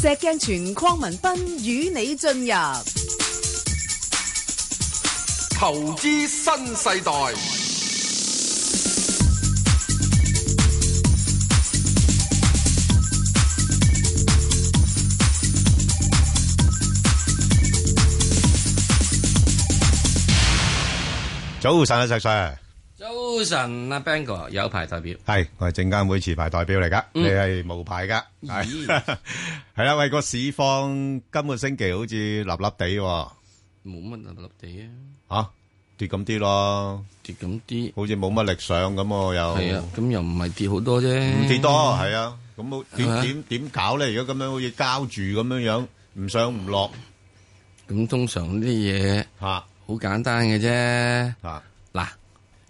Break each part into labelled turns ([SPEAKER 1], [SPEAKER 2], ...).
[SPEAKER 1] 石鏡泉鄺民彬與你進入
[SPEAKER 2] 投資新世代。
[SPEAKER 3] 早晨啊，石Sir。
[SPEAKER 4] 早晨啊，Bang 哥有牌代表，
[SPEAKER 3] 係，我係證監會持牌代表嚟㗎，
[SPEAKER 4] 嗯。
[SPEAKER 3] 你係無牌㗎。
[SPEAKER 4] 咦。
[SPEAKER 3] 係。係啦，喂，個市況今個星期好似立立地喎。吓？跌咁啲咯，好似冇乜力，
[SPEAKER 4] 冇乜立立地啊，跌咁啲，
[SPEAKER 3] 上咁喎，又。
[SPEAKER 4] 係啊，咁又唔係跌好多啫，唔
[SPEAKER 3] 唔跌多，係啊。咁好-點-
[SPEAKER 4] 係咪？
[SPEAKER 3] 點-點搞呢？如果咁樣好似膠住咁樣樣，唔上唔落，吓，
[SPEAKER 4] 咁通常呢啲嘢好簡單嘅啫，嗱，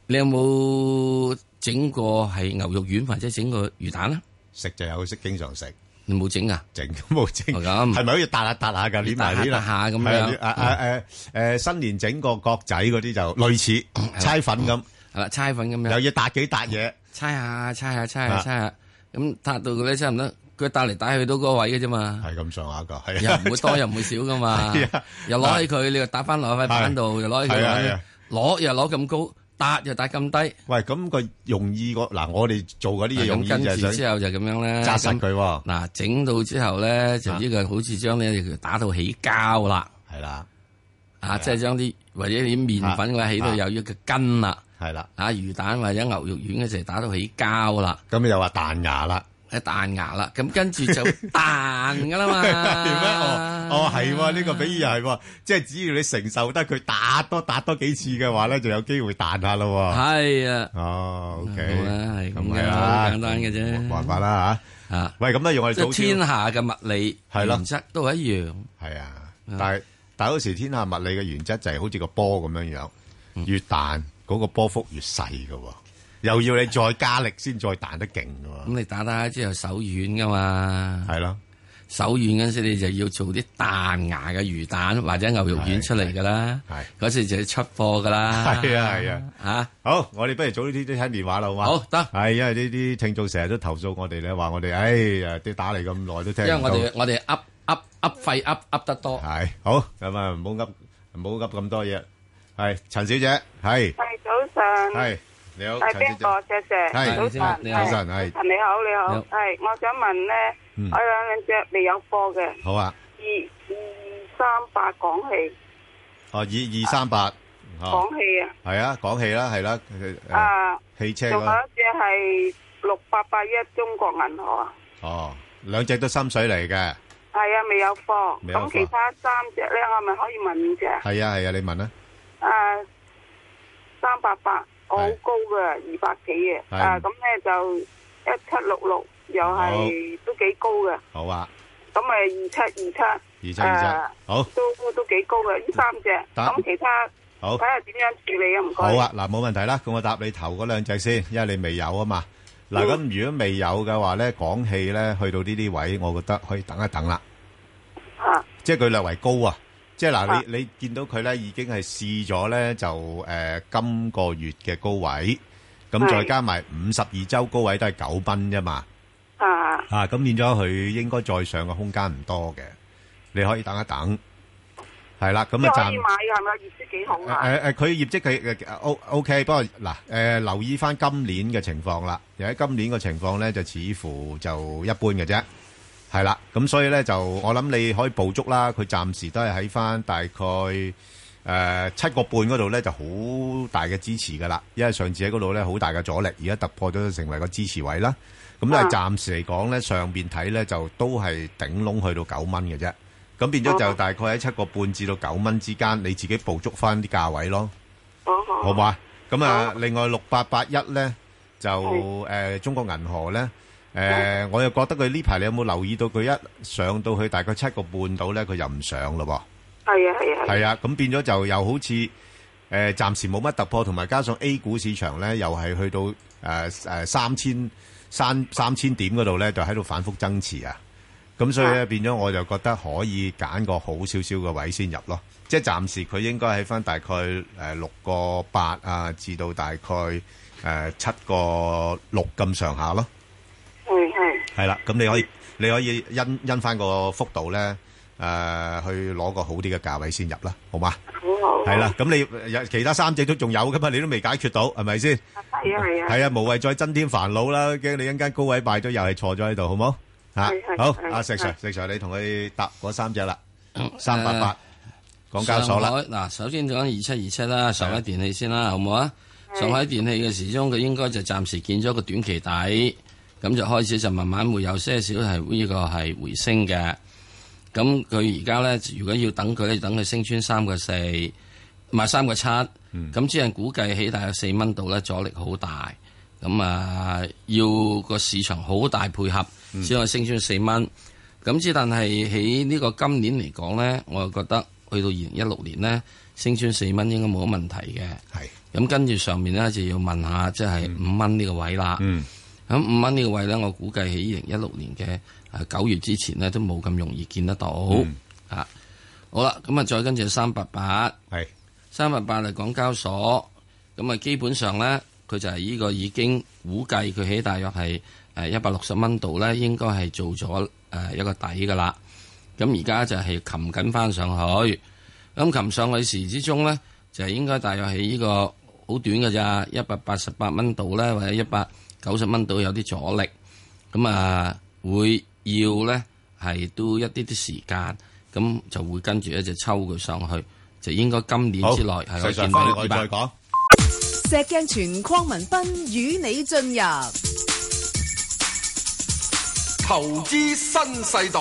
[SPEAKER 4] 你有冇整過係牛肉丸或者整個魚蛋啊？
[SPEAKER 3] 吓，食就有，識經常食。
[SPEAKER 4] 你冇整啊？
[SPEAKER 3] 整都冇整，
[SPEAKER 4] 哦
[SPEAKER 3] 係
[SPEAKER 4] 咁
[SPEAKER 3] 咪好似搭下搭下㗎？攣埋攣
[SPEAKER 4] 搭下搭下咁樣嗯
[SPEAKER 3] 啊啊誒誒，新年整個角仔嗰啲就類似
[SPEAKER 4] 嗯
[SPEAKER 3] 猜粉咁，
[SPEAKER 4] 係啦，猜粉咁
[SPEAKER 3] 又
[SPEAKER 4] 樣，
[SPEAKER 3] 要搭幾搭嘢，
[SPEAKER 4] 猜下猜下猜下
[SPEAKER 3] 啊
[SPEAKER 4] 猜下，咁搭到佢咧差唔多，佢搭嚟搭去都嗰個位嘅啫嘛，
[SPEAKER 3] 係咁上下㗎，係
[SPEAKER 4] 又
[SPEAKER 3] 啊
[SPEAKER 4] 唔 會多又唔會少噶嘛
[SPEAKER 3] 係啊，
[SPEAKER 4] 又攞起佢，你又打翻落塊板度，又攞起
[SPEAKER 3] 係啊係
[SPEAKER 4] 佢
[SPEAKER 3] 啊，
[SPEAKER 4] 攞又攞咁高，搭又搭咁低。
[SPEAKER 3] 喂，咁個容易個嗱，我哋做嗰啲嘢容易
[SPEAKER 4] 啊咁
[SPEAKER 3] 就
[SPEAKER 4] 跟住
[SPEAKER 3] 係
[SPEAKER 4] 之
[SPEAKER 3] 想
[SPEAKER 4] 後就咁樣咧，
[SPEAKER 3] 扎實佢啊喎，
[SPEAKER 4] 咁嗱，整到之後咧，就呢個好似將呢條打到起膠啦，
[SPEAKER 3] 係啦，
[SPEAKER 4] 啊，即係將啲或者啲
[SPEAKER 3] 啊
[SPEAKER 4] 麵粉嘅起到有一個筋啦，
[SPEAKER 3] 係啦，
[SPEAKER 4] 啊，魚蛋或者牛肉丸嘅時候打到起膠啦，
[SPEAKER 3] 咁又話彈牙啦，
[SPEAKER 4] 一彈牙啦，咁跟住 就彈噶啦嘛。
[SPEAKER 3] 點咧？哦哦，係喎，呢個比喻又係喎，即係只要你承受得佢打多打多幾次嘅話咧，就有機會彈下咯喎。
[SPEAKER 4] 係啊，
[SPEAKER 3] 哦，OK，Ờ,
[SPEAKER 4] 好啦係咁
[SPEAKER 3] 咁
[SPEAKER 4] 嘅
[SPEAKER 3] 係啦，
[SPEAKER 4] 好簡單嘅啫
[SPEAKER 3] 冇辦法啦
[SPEAKER 4] 啊，
[SPEAKER 3] 吓。喂，咁咧用我哋
[SPEAKER 4] 即
[SPEAKER 3] 早
[SPEAKER 4] 係
[SPEAKER 3] 朝
[SPEAKER 4] 天下嘅物理
[SPEAKER 3] 係咯
[SPEAKER 4] 原則都係一樣，
[SPEAKER 3] 係啊，但係但係嗰時天下物理嘅原則就係好似個波咁樣樣，越彈嗰個波幅越細嘅喎，又要你再加力先再彈得勁嘅喎。
[SPEAKER 4] 咁你打打之後手軟噶嘛。
[SPEAKER 3] 係咯，
[SPEAKER 4] 手軟嗰陣時，你就要做啲彈牙嘅魚蛋或者牛肉丸出嚟噶啦
[SPEAKER 3] 係，
[SPEAKER 4] 嗰時就要出貨 噶啦。
[SPEAKER 3] 係啊係啊，
[SPEAKER 4] 啊
[SPEAKER 3] 好，我哋不如早啲聽電話啦，好嘛？
[SPEAKER 4] 好得
[SPEAKER 3] 係因為呢啲聽眾成日都投訴我哋咧，話我哋唉誒啲打嚟咁耐都聽
[SPEAKER 4] 因
[SPEAKER 3] 唔
[SPEAKER 4] 為
[SPEAKER 3] 到。
[SPEAKER 4] 我哋我哋噏噏噏費噏噏得多，
[SPEAKER 3] 係好咁啊，唔好噏唔好噏咁多嘢。係陳小姐，係
[SPEAKER 5] 系早晨，
[SPEAKER 3] 係你好，
[SPEAKER 5] 系
[SPEAKER 3] 陳
[SPEAKER 5] 边
[SPEAKER 3] 小姐。
[SPEAKER 5] 个？谢谢。
[SPEAKER 3] 係
[SPEAKER 5] 早晨，
[SPEAKER 4] 你好
[SPEAKER 5] 係
[SPEAKER 3] 早晨係
[SPEAKER 5] 你好，你
[SPEAKER 4] 你
[SPEAKER 5] 好。
[SPEAKER 4] 好
[SPEAKER 5] 系，我想问咧，
[SPEAKER 3] 嗯
[SPEAKER 5] 我有两只未有货嘅，
[SPEAKER 3] 好啊，
[SPEAKER 5] 二二三八港汽，
[SPEAKER 3] 哦，二二三八，
[SPEAKER 5] 港
[SPEAKER 3] 哦，
[SPEAKER 5] 汽啊，
[SPEAKER 3] 係啊，講起啦，係啦，誒誒
[SPEAKER 5] 啊，
[SPEAKER 3] 汽車
[SPEAKER 5] 仲有
[SPEAKER 3] 嗰個，
[SPEAKER 5] 一只系六八八一中国银行啊，
[SPEAKER 3] 哦，兩隻都深水嚟嘅，
[SPEAKER 5] 系啊，未有货。
[SPEAKER 3] 未有貨
[SPEAKER 5] 咁其他三只咧，我咪可以问五只？
[SPEAKER 3] 係啊係啊，你問啦，
[SPEAKER 5] 啊，三八八，我好高嘅，二百几嘅。
[SPEAKER 3] 係
[SPEAKER 5] 啊，咁咧就一七六六，又系都几高嘅。
[SPEAKER 3] 好啊，
[SPEAKER 5] 咁咪二七二七。
[SPEAKER 3] 二七二七，好，
[SPEAKER 5] 都都幾高嘅，呢三隻。
[SPEAKER 3] 得
[SPEAKER 5] 咁其他
[SPEAKER 3] 好
[SPEAKER 5] 睇，下點樣處理啊？唔該。
[SPEAKER 3] 好啊，嗱，冇問題啦，咁我答你頭嗰兩隻先，因為你未有啊嘛，嗱，咁如果未有嘅話咧，講起咧，去到呢啲位，我覺得可以等一等啦。
[SPEAKER 5] 啊。
[SPEAKER 3] 即係佢略為高啊！即係嗱
[SPEAKER 5] 啊，
[SPEAKER 3] 你你見到佢咧已經係試咗咧就誒、呃今個月嘅高位，咁
[SPEAKER 5] 係
[SPEAKER 3] 再加埋五十二周高位都係九蚊啫嘛，
[SPEAKER 5] 啊啊
[SPEAKER 3] 啊咁變咗佢應該再上嘅空間唔多嘅，你可以等一等，係啦，咁
[SPEAKER 5] 即
[SPEAKER 3] 啊
[SPEAKER 5] 係可
[SPEAKER 3] 暫
[SPEAKER 5] 以買嘅係咪？業績幾好
[SPEAKER 3] 誒
[SPEAKER 5] 啊？
[SPEAKER 3] 誒誒，呃佢業績佢誒 O O K，不過嗱誒留意翻今年嘅情況啦，而喺今年嘅情況咧就似乎就一般嘅啫，係啦，咁所以咧就我諗你可以捕捉啦，佢暫時都係喺翻大概誒七個半嗰度咧就好大嘅支持噶啦，因為上次喺嗰度咧好大嘅阻力，而家突破咗成為個支持位啦，咁咧
[SPEAKER 5] 啊
[SPEAKER 3] 暫時嚟講咧上邊睇咧就都係頂籠去到九蚊嘅啫。咁變咗就大概喺七個半至到九蚊之間，你自己捕捉翻啲價位咯，
[SPEAKER 5] 好好。
[SPEAKER 3] 好嘛？咁啊
[SPEAKER 5] 哦好，
[SPEAKER 3] 另外六八八一咧就誒、呃中國銀河咧誒，呃我又覺得佢呢排你有冇留意到佢一上到去大概七個半度咧，佢又唔上咯喎。
[SPEAKER 5] 係啊係啊係啊。
[SPEAKER 3] 係啊，咁變咗就又好似誒、呃、暫時冇乜突破，同埋加上 A 股市場咧，又係去到誒誒三千三三千點嗰度咧，就喺度反覆增持啊。咁所以咧變咗，我就覺得可以揀個好少少嘅位先入咯。即係暫時佢應該喺翻大概誒六個八啊，至呃到大概誒七個六咁上下咯，
[SPEAKER 5] 係係。
[SPEAKER 3] 系啦，咁你可以你可以因因翻個幅度咧，誒、去攞個好啲嘅價位先入啦，好嘛？
[SPEAKER 5] 好好。
[SPEAKER 3] 係啦，咁你有其他三隻都仲有噶嘛？你都未解決到，係咪先？
[SPEAKER 5] 係啊，係啊。
[SPEAKER 3] 係啊，無謂再增添煩惱啦，驚你一間高位敗咗，又係錯咗喺度，好冇？嚇
[SPEAKER 5] 係係，
[SPEAKER 3] 好，
[SPEAKER 5] 係
[SPEAKER 3] 阿石
[SPEAKER 5] 係
[SPEAKER 3] Sir，石 Sir，你同佢答嗰三隻啦，三八八港交所
[SPEAKER 4] 上海
[SPEAKER 3] 啦，啊
[SPEAKER 4] 嗱，首先講二七二七啦，上海電器先啦，好唔好啊？上海電器嘅時鐘佢應該就暫時見咗個短期底，咁就開始就慢慢會有些少係呢個係回升嘅。咁佢而家咧，如果要等佢咧，等佢升穿三個四，唔係三個七，
[SPEAKER 3] 嗯
[SPEAKER 4] 咁只係估計起大約四蚊度咧，阻力好大。咁啊，要個市場好大配合，
[SPEAKER 3] 嗯
[SPEAKER 4] 先可以升穿四蚊。咁之但係喺呢個今年嚟講咧，我又覺得去到二零一六年咧，升穿四蚊應該冇乜問題嘅。
[SPEAKER 3] 係，
[SPEAKER 4] 咁跟住上面咧就要問下，即係五蚊呢個位啦。
[SPEAKER 3] 嗯，
[SPEAKER 4] 咁五蚊呢個位咧，我估計喺二零一六年嘅呃九月之前咧，都冇咁容易見得到。
[SPEAKER 3] 嗯
[SPEAKER 4] 啊，好啦，咁啊，再跟住三八八，
[SPEAKER 3] 係，
[SPEAKER 4] 三八八係港交所，咁啊，基本上咧，佢就係呢個已經估計佢喺大約係誒一百六十蚊度咧，應該係做咗誒一個底噶啦。咁而家就係擒緊翻上去，咁擒上去時之中咧，就係應該大約喺呢個好短嘅咋，一百八十八蚊度咧，或者一百九十蚊度有啲阻力，咁啊會要咧係都一啲啲時間，咁就會跟住咧就抽佢上去，就應該今年
[SPEAKER 3] 好，
[SPEAKER 4] 之內係可以
[SPEAKER 3] 石 Sir，
[SPEAKER 4] 見
[SPEAKER 3] 翻
[SPEAKER 4] 到
[SPEAKER 3] 嚟我
[SPEAKER 4] 二
[SPEAKER 3] 哋再
[SPEAKER 4] 百。
[SPEAKER 3] 講。
[SPEAKER 1] 石鏡泉邝文斌與你進入
[SPEAKER 2] 投資新世代，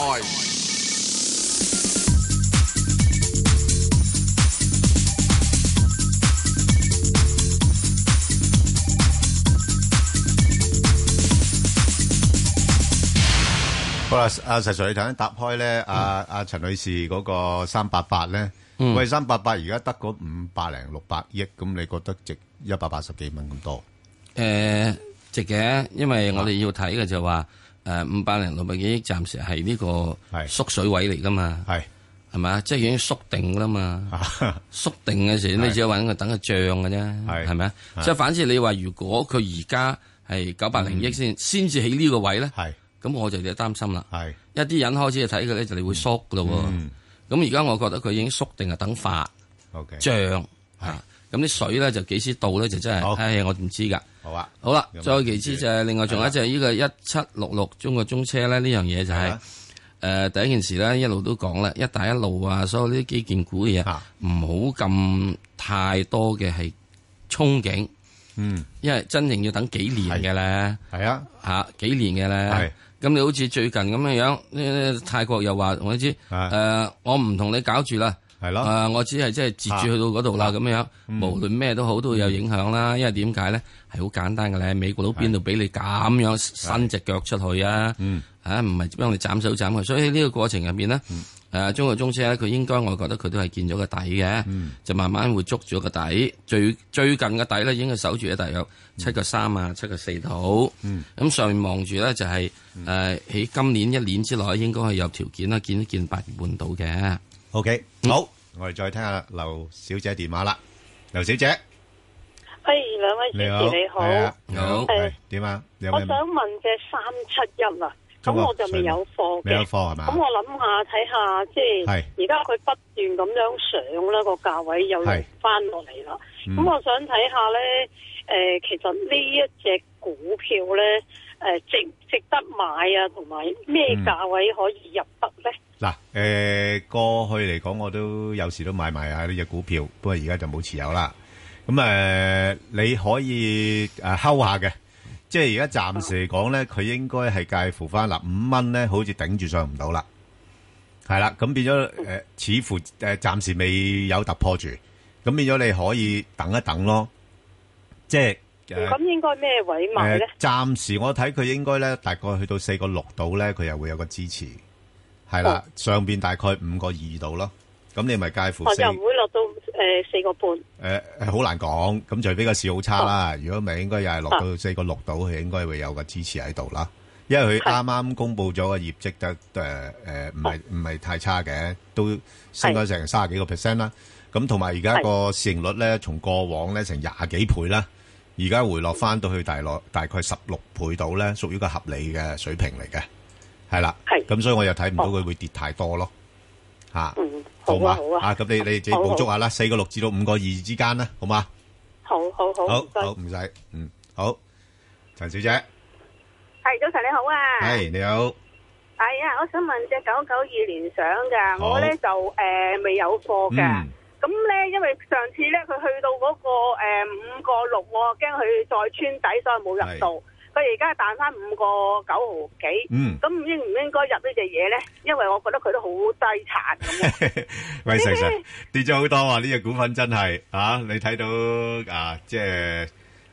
[SPEAKER 3] 好啦，阿石 Sir，你頭先答開咧，阿阿陳女士嗰個三八八咧，喂，三八八而家得嗰五百零六百億，咁你覺得值一百八十幾蚊咁多？
[SPEAKER 4] 誒、呃值嘅，因為我哋要睇嘅就話誒五百零六百幾億，暫時係呢個
[SPEAKER 3] 係
[SPEAKER 4] 縮水位嚟噶嘛，
[SPEAKER 3] 係
[SPEAKER 4] 係咪啊？即係已經縮定啦嘛，
[SPEAKER 3] 啊，
[SPEAKER 4] 縮定嘅時候你只係揾佢等佢漲嘅啫，
[SPEAKER 3] 係
[SPEAKER 4] 係咪啊？即係反之你話如果佢而家係九百零億
[SPEAKER 3] 嗯
[SPEAKER 4] 先先至喺呢個位 咧，
[SPEAKER 3] 係
[SPEAKER 4] 咁我就有擔心啦。
[SPEAKER 3] 係
[SPEAKER 4] 一啲人開始睇佢咧，就你會縮噶咯
[SPEAKER 3] 嗯
[SPEAKER 4] 喎。咁而家我覺得佢已經縮定係等發。
[SPEAKER 3] ，OK，
[SPEAKER 4] 漲啊！咁啲水咧就幾時到咧就真
[SPEAKER 3] 好
[SPEAKER 4] 係，唉，我唔知噶。
[SPEAKER 3] 好啊，
[SPEAKER 4] 好啦
[SPEAKER 3] 有，冇啊
[SPEAKER 4] 再其次就係另外仲有一隻呢個一七六六中國中車咧，呢樣嘢就
[SPEAKER 3] 係
[SPEAKER 4] 係
[SPEAKER 3] 啊
[SPEAKER 4] 誒第一件事咧，一路都講啦，一帶一路啊，所有呢啲基建股嘅嘢
[SPEAKER 3] 啊，
[SPEAKER 4] 唔好咁太多嘅係憧憬，
[SPEAKER 3] 嗯，
[SPEAKER 4] 因為真正要等幾年嘅咧
[SPEAKER 3] 係啊，
[SPEAKER 4] 嚇，幾年嘅
[SPEAKER 3] 係
[SPEAKER 4] 咧。咁你好似最近咁樣樣呢，泰國又話我知
[SPEAKER 3] 啊
[SPEAKER 4] 誒，我唔同你搞住啦。
[SPEAKER 3] 係
[SPEAKER 4] 誒、
[SPEAKER 3] 咯，
[SPEAKER 4] 啊
[SPEAKER 3] 啊嗯
[SPEAKER 4] 我只係即係截住去到嗰度啦，咁樣，無論咩都好，都會有影響啦。因為點解咧？係好簡單嘅咧，美國佬邊度俾你咁樣伸只腳出去啊？
[SPEAKER 3] 嗯
[SPEAKER 4] 啊，唔係幫你斬手斬佢，所以呢個過程入邊咧，誒、中國中車咧，佢應該我覺得佢都係見咗個底嘅，
[SPEAKER 3] 嗯
[SPEAKER 4] 就慢慢會捉住個底。最最近嘅底咧，應該守住喺大
[SPEAKER 3] 嗯
[SPEAKER 4] 約七個三啊，七個四度。咁、上面望住咧就係
[SPEAKER 3] 嗯
[SPEAKER 4] 誒喺今年一年之內應該係有條件啦，見一見八月半到嘅。
[SPEAKER 3] ，OK，好，我哋再聽下劉小姐電話啦，劉小姐，
[SPEAKER 6] 嘿，哎兩位主
[SPEAKER 3] 你
[SPEAKER 6] 持
[SPEAKER 3] 好，
[SPEAKER 6] 你好，
[SPEAKER 3] 係啊你
[SPEAKER 4] 好
[SPEAKER 3] 係點啊？你有
[SPEAKER 6] 我
[SPEAKER 3] 咩
[SPEAKER 6] 想問隻三七一啊，咁
[SPEAKER 3] 中國
[SPEAKER 6] 我就未有貨
[SPEAKER 3] 未有
[SPEAKER 6] 嘅，
[SPEAKER 3] 貨係嘛
[SPEAKER 6] 咁？我諗下睇下，即係
[SPEAKER 3] 啊係
[SPEAKER 6] 而家佢不斷咁樣上啦個價位又
[SPEAKER 3] 係
[SPEAKER 6] 翻落嚟啦，
[SPEAKER 3] 嗯
[SPEAKER 6] 咁我想睇下咧，誒、其實呢一隻股票咧，誒、值唔值得買啊，同埋咩
[SPEAKER 3] 嗯
[SPEAKER 6] 價位可以入得咧？
[SPEAKER 3] 嗱，誒、過去嚟講，我都有時都買埋下呢只股票，不過而家就冇持有啦。咁誒、你可以誒睺下嘅，即係而家暫時嚟講咧，佢應該係介乎翻嗱五蚊咧，好似頂住上唔到啦。係啦，咁變咗誒、似乎誒、暫時未有突破住，咁變咗你可以等一等咯。即係誒。
[SPEAKER 6] 咁、應該咩位買咧？
[SPEAKER 3] 暫時我睇佢應該咧，大概去到四個六度咧，佢又會有個支持，係啦，上邊大概五個二度咯。咁你咪介乎
[SPEAKER 5] 哦
[SPEAKER 6] 我
[SPEAKER 3] 四
[SPEAKER 6] 就唔會落到誒四個半。
[SPEAKER 3] 誒誒呃好難講。咁除非個市好差啦，如果唔係應該又係落到四個六度，佢應該會有個支持喺度啦。因為佢啱啱公布咗個業績得誒誒，唔係唔係太差嘅，都升咗成三十幾個 percent 啦。咁同埋而家個市盈率咧，從過往咧成廿幾倍啦，而而家回落翻到去大落大概十六倍度咧，屬於一個合理嘅水平嚟嘅，係啦。
[SPEAKER 6] 係
[SPEAKER 3] 咁，所以我又睇唔到佢會跌太多咯。嚇，
[SPEAKER 6] 嗯，好
[SPEAKER 3] 好
[SPEAKER 6] 啊，
[SPEAKER 3] 嘛
[SPEAKER 6] 好？啊，
[SPEAKER 3] 啊，咁你你自己捕捉下啦，四個六至到五個二之間啦，好嘛？
[SPEAKER 6] 好好好，
[SPEAKER 3] 好
[SPEAKER 6] 唔，該
[SPEAKER 3] 好，唔使，嗯，好。陳小姐，
[SPEAKER 5] 系早晨你好啊，
[SPEAKER 3] 係你好，
[SPEAKER 5] 系啊，我想问只九九二联想噶，
[SPEAKER 3] 好
[SPEAKER 5] 我咧就诶未有货噶，
[SPEAKER 3] 嗯，
[SPEAKER 5] 咁咧因为上次咧佢去到嗰個诶五個六，我驚佢再穿底，所以冇入到。佢而家彈翻五個九毫幾，
[SPEAKER 3] 嗯，
[SPEAKER 5] 咁應唔應該入呢只嘢咧？因為我覺得佢都好低殘咁 喎。
[SPEAKER 3] 喂，石 Sir，跌咗好多啊！呢只股份真係啊，你睇到啊，即係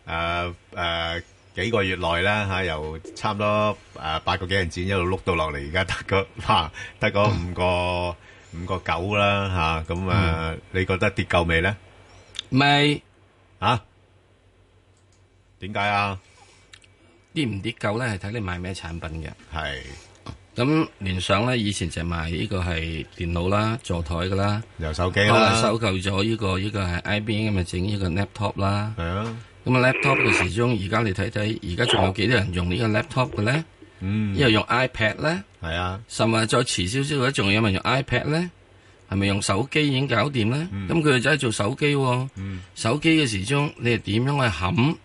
[SPEAKER 3] 誒誒幾個月內啦嚇，由差唔多誒八個幾人錢一路碌到落嚟，而家得個 哇，得個五個五個九啦嚇，咁啊，你覺得跌夠未咧？
[SPEAKER 4] 咪
[SPEAKER 3] 嚇？點解啊？
[SPEAKER 4] 跌唔跌夠咧，係睇你買咩產品嘅。
[SPEAKER 3] 係
[SPEAKER 4] 咁聯想咧，以前就賣呢個係電腦啦、座台噶啦，
[SPEAKER 3] 由手機
[SPEAKER 4] 後來
[SPEAKER 3] 啦，
[SPEAKER 4] 收購咗呢個呢個係 IBM 咪啊整呢個 laptop 啦。
[SPEAKER 3] 係啊，
[SPEAKER 4] 咁啊 laptop 嘅時鐘，而家你睇睇，而家仲有幾多人用呢個 laptop 嘅咧？
[SPEAKER 3] 嗯，
[SPEAKER 4] 因為用 iPad 咧，
[SPEAKER 3] 係啊，
[SPEAKER 4] 甚至再遲少少咧，仲有人用 iPad 咧，係咪用手機已經搞掂咧？咁佢哋就係做手機喎。
[SPEAKER 3] 嗯
[SPEAKER 4] 手機嘅時鐘，你係點樣去冚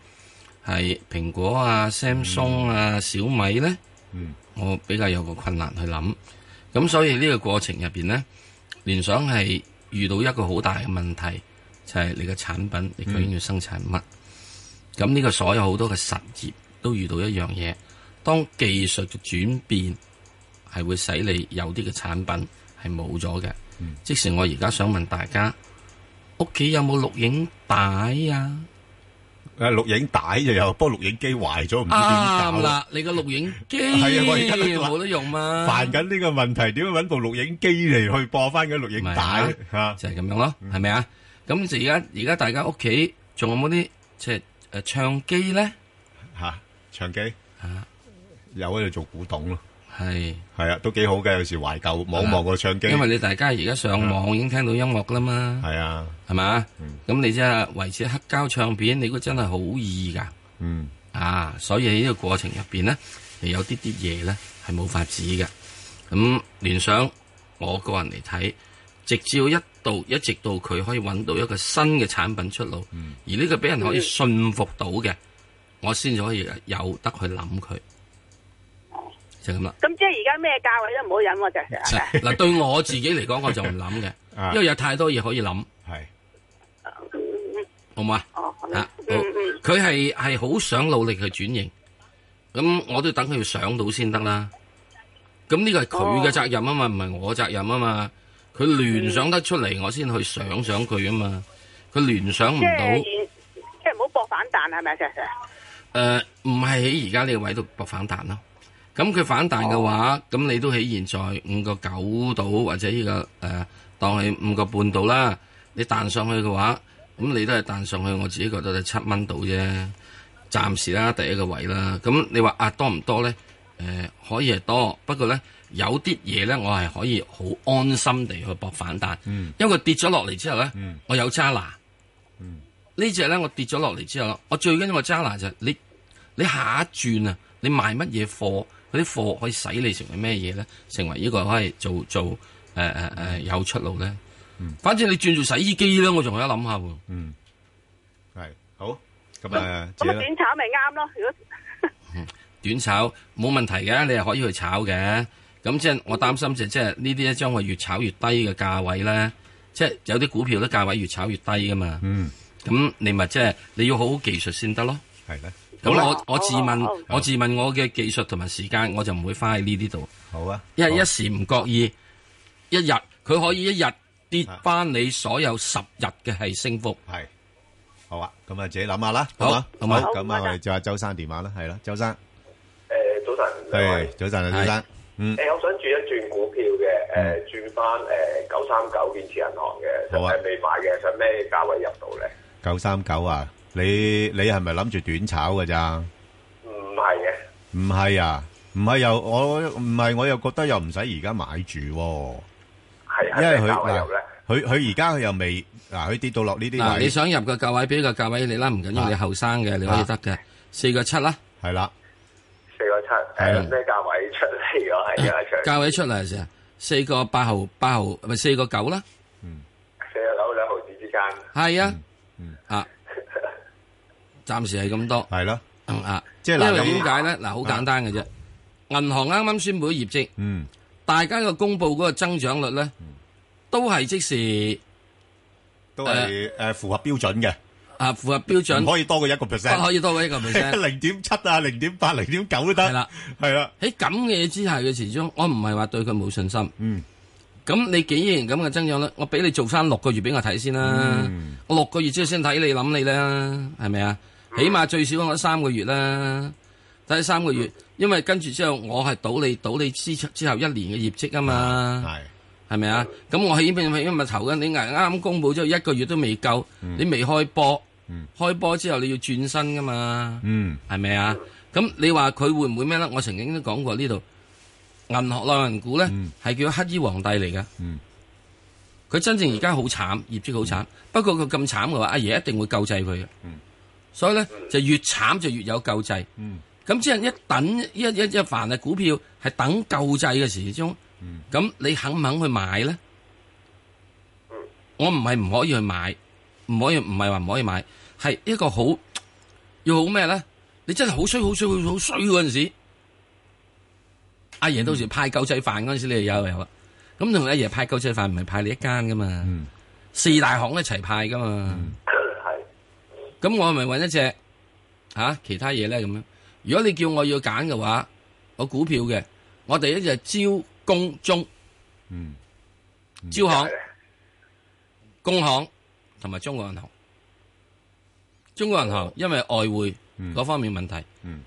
[SPEAKER 4] 係蘋果啊、Samsung 啊、小米咧？
[SPEAKER 3] 嗯
[SPEAKER 4] 我比較有個困難去諗。咁所以呢個過程入邊呢，聯想係遇到一個好大嘅問題，就係、你嘅產品你究竟要生產乜？咁呢、個所有好多嘅實業都遇到一樣嘢，當技術嘅轉變係會使你有啲嘅產品係冇咗嘅。即使我而家想問大家，屋企有冇錄影帶啊？
[SPEAKER 3] 誒錄影帶就有，不過錄影機壞咗，唔知點搞
[SPEAKER 4] 啱。啦，你個錄影機
[SPEAKER 3] 係啊我而家都話
[SPEAKER 4] 冇得用嘛？
[SPEAKER 3] 煩緊呢個問題，點樣揾部錄影機嚟去播翻嗰錄影帶嚇？
[SPEAKER 4] 就係咁樣咯，係咪啊？咁就而家而家大家屋企仲有冇啲即係誒唱機咧？
[SPEAKER 3] 嚇，長機
[SPEAKER 4] 啊
[SPEAKER 3] 有喺度做古董咯，
[SPEAKER 4] 係，
[SPEAKER 3] 係啊，都幾好嘅。有時懷舊望一望個唱機，
[SPEAKER 4] 因為你大家而家上網已經聽到音樂啦嘛，
[SPEAKER 3] 係啊，
[SPEAKER 4] 係嘛
[SPEAKER 3] 嗯？
[SPEAKER 4] 咁你即係維持黑膠唱片，你估真係好易㗎
[SPEAKER 3] 嗯
[SPEAKER 4] 啊！所以喺呢個過程入邊咧，係有啲啲嘢咧係冇法子嘅。咁聯想我個人嚟睇，直至到一度一直到佢可以揾到一個新嘅產品出路，而呢個俾人可以信服到嘅，我先至可以有得去諗佢，就咁啦。
[SPEAKER 5] 咁即係而家咩價位都唔好飲喎，隻石。
[SPEAKER 4] 嗱，對我自己嚟講，我就唔諗
[SPEAKER 3] 啊
[SPEAKER 4] 嘅，因為有太多嘢可以諗，
[SPEAKER 3] 係
[SPEAKER 4] 好唔好啊？
[SPEAKER 5] 嗯哦，好
[SPEAKER 4] 吓，
[SPEAKER 5] 啦
[SPEAKER 4] 好
[SPEAKER 5] 嗯嗯，
[SPEAKER 4] 佢係係好想努力去轉型，咁我都等佢上到先得啦。咁呢個係佢嘅責任
[SPEAKER 5] 哦
[SPEAKER 4] 啊嘛，唔係我責任啊嘛。佢聯想得出嚟，我先去想想佢啊嘛。佢聯想唔
[SPEAKER 5] 即
[SPEAKER 4] 到
[SPEAKER 5] 係，現即係唔好搏反彈係咪啊，石石？
[SPEAKER 4] 誒呃唔係喺而家呢個位度搏反彈咯。咁佢反彈嘅話，咁、你都喺現在五個九度或者呢、個誒、呃、當係五個半度啦。你彈上去嘅話，咁你都係彈上去，我自己覺得係七蚊度啫。暫時啦，第一個位啦。咁你話啊多唔多呢？誒、可以係多，不過呢，有啲嘢呢，我係可以好安心地去搏反彈，
[SPEAKER 3] 嗯
[SPEAKER 4] 因為佢跌咗落嚟之後呢，
[SPEAKER 3] 嗯
[SPEAKER 4] 我有揸拿。
[SPEAKER 3] 嗯
[SPEAKER 4] 呢只呢，我跌咗落嚟之後，我最緊要我揸拿就係你你下一轉啊，你賣乜嘢貨？嗰啲貨可以使你成為咩嘢咧？成為呢個可以做做誒誒誒有出路咧。反正你轉做洗衣機咧，我仲有得諗下喎。
[SPEAKER 3] 嗯係好咁啊，自己
[SPEAKER 5] 咁啊短炒咪啱咯，如果
[SPEAKER 4] 短炒冇問題嘅，你係可以去炒嘅。咁即係我擔心就係即係呢啲咧將會越炒越低嘅價位咧，即係有啲股票咧價位越炒越低噶嘛。
[SPEAKER 3] 嗯
[SPEAKER 4] 咁你咪即係你要好好技術先得咯。
[SPEAKER 3] 係咧，
[SPEAKER 4] 咁
[SPEAKER 5] 好啦
[SPEAKER 4] 我我自問
[SPEAKER 5] 好好好，
[SPEAKER 4] 我自問我嘅技術同埋時間，我就唔會花喺呢啲度。
[SPEAKER 3] 好啊，
[SPEAKER 4] 因為一時唔覺意，一日佢可以一日跌翻你所有十日嘅係升幅。
[SPEAKER 3] 係好啊，咁啊自己諗下啦，
[SPEAKER 4] 好
[SPEAKER 3] 嘛，好
[SPEAKER 4] 好啊
[SPEAKER 3] 咁啊，我哋就阿周生電話啦，係啦，周生，
[SPEAKER 7] 诶，早晨，兩
[SPEAKER 3] 係
[SPEAKER 7] 位
[SPEAKER 3] 早晨啊，
[SPEAKER 4] 係
[SPEAKER 3] 周生，嗯
[SPEAKER 7] 誒，我想轉一轉股票嘅，誒，轉翻誒九三九建設銀行嘅，
[SPEAKER 3] 好啊
[SPEAKER 7] 係未買嘅，想咩價位入到咧？
[SPEAKER 3] 九三九啊，你你係咪諗住短炒㗎咋？
[SPEAKER 7] 唔係嘅，
[SPEAKER 3] 唔係啊，唔係又我唔係我又覺得又唔使而家買住喎，
[SPEAKER 7] 係
[SPEAKER 3] 因為
[SPEAKER 7] 係
[SPEAKER 3] 佢
[SPEAKER 7] 咩價位
[SPEAKER 3] 嗱
[SPEAKER 7] 入咧？
[SPEAKER 3] 佢-佢而家佢又未-
[SPEAKER 5] 嗯
[SPEAKER 3] 嗱，佢跌到落呢啲
[SPEAKER 4] 嗱，
[SPEAKER 3] 位，
[SPEAKER 4] 你想入個價位，俾個價位你啦，唔緊要，
[SPEAKER 3] 啊
[SPEAKER 4] 你後生嘅你可以得嘅，四個七啦，
[SPEAKER 3] 係啦，
[SPEAKER 7] 四個七
[SPEAKER 3] 係
[SPEAKER 7] 誒咩價位出嚟㗎？係啊，
[SPEAKER 4] 價位出嚟先，四個八毫八毫咪四個九啦，
[SPEAKER 7] 四個九兩毫子之間，
[SPEAKER 4] 係啊，
[SPEAKER 5] 嗯
[SPEAKER 4] 啊，暫時係咁多嗯啊，
[SPEAKER 3] 即係
[SPEAKER 4] 因
[SPEAKER 3] 嗱
[SPEAKER 4] 為
[SPEAKER 3] 你
[SPEAKER 4] 點解咧？嗱，好
[SPEAKER 5] 啊
[SPEAKER 4] 簡單嘅啫，銀行啱啱宣布業績，
[SPEAKER 3] 係咯，嗯，係，
[SPEAKER 4] 大家嘅公佈嗰個增長率咧，都係即時
[SPEAKER 3] 都係，誒，符合標準嘅，
[SPEAKER 4] 啊符合標準，
[SPEAKER 3] 唔可以多過1%
[SPEAKER 4] 不可以多過一個 percent。
[SPEAKER 3] 0.7啊，0.8 0.9都得。
[SPEAKER 4] 係啦。喺咁嘅嘢之下嘅時鐘，我唔係話對佢冇信心。
[SPEAKER 3] 嗯，
[SPEAKER 4] 咁你幾然咁嘅增長率，我俾你做翻六個月俾我睇先啦。
[SPEAKER 3] 嗯
[SPEAKER 4] 我六個月之後先睇你諗你啦，係咪啊？
[SPEAKER 3] 嗯
[SPEAKER 4] 起碼最少我三個月啦，睇三個月，因為跟住之後我係賭你賭你之之後一年嘅業績啊嘛，
[SPEAKER 3] 係，係，
[SPEAKER 4] 係咪啊？咁我起邊起咪投緊你啱啱公佈之後一個月都未夠，你未開波
[SPEAKER 3] 嗯，
[SPEAKER 4] 開波之後你要轉身噶嘛。係咪啊？咁你話佢會唔會咩咧？我曾經都講過呢度，銀行內銀股咧
[SPEAKER 3] 嗯
[SPEAKER 4] 係叫乞衣皇帝嚟噶。
[SPEAKER 3] 嗯
[SPEAKER 4] 佢真正而家好慘，業績好慘。不過佢咁慘嘅話，阿爺一定會救濟佢嘅。
[SPEAKER 3] 嗯
[SPEAKER 4] 所以咧就越慘就越有救濟。
[SPEAKER 3] 嗯，嗯，嗯，
[SPEAKER 4] 咁即係一等一一一凡係股票係等救濟嘅時鐘
[SPEAKER 3] 嗯，
[SPEAKER 4] 咁你肯唔肯去買咧？我唔係唔可以去買，唔可以唔係話唔可以買，係一個好要好咩咧？你真係好衰好衰好衰嗰陣時，阿爺到時派救濟飯嗰陣時，你就有有啦。咁同阿爺派救濟飯唔係派你一間噶嘛，
[SPEAKER 3] 嗯
[SPEAKER 4] 四大行一齊派噶嘛。
[SPEAKER 7] 係
[SPEAKER 4] 咁我咪揾一隻吓、啊其他嘢咧咁樣。如果你叫我要揀嘅話，我股票嘅，我第一隻招工中、招行、工行同埋中國銀行。中國銀行因為外匯
[SPEAKER 3] 嗯
[SPEAKER 4] 嗰方面問題，
[SPEAKER 3] 嗯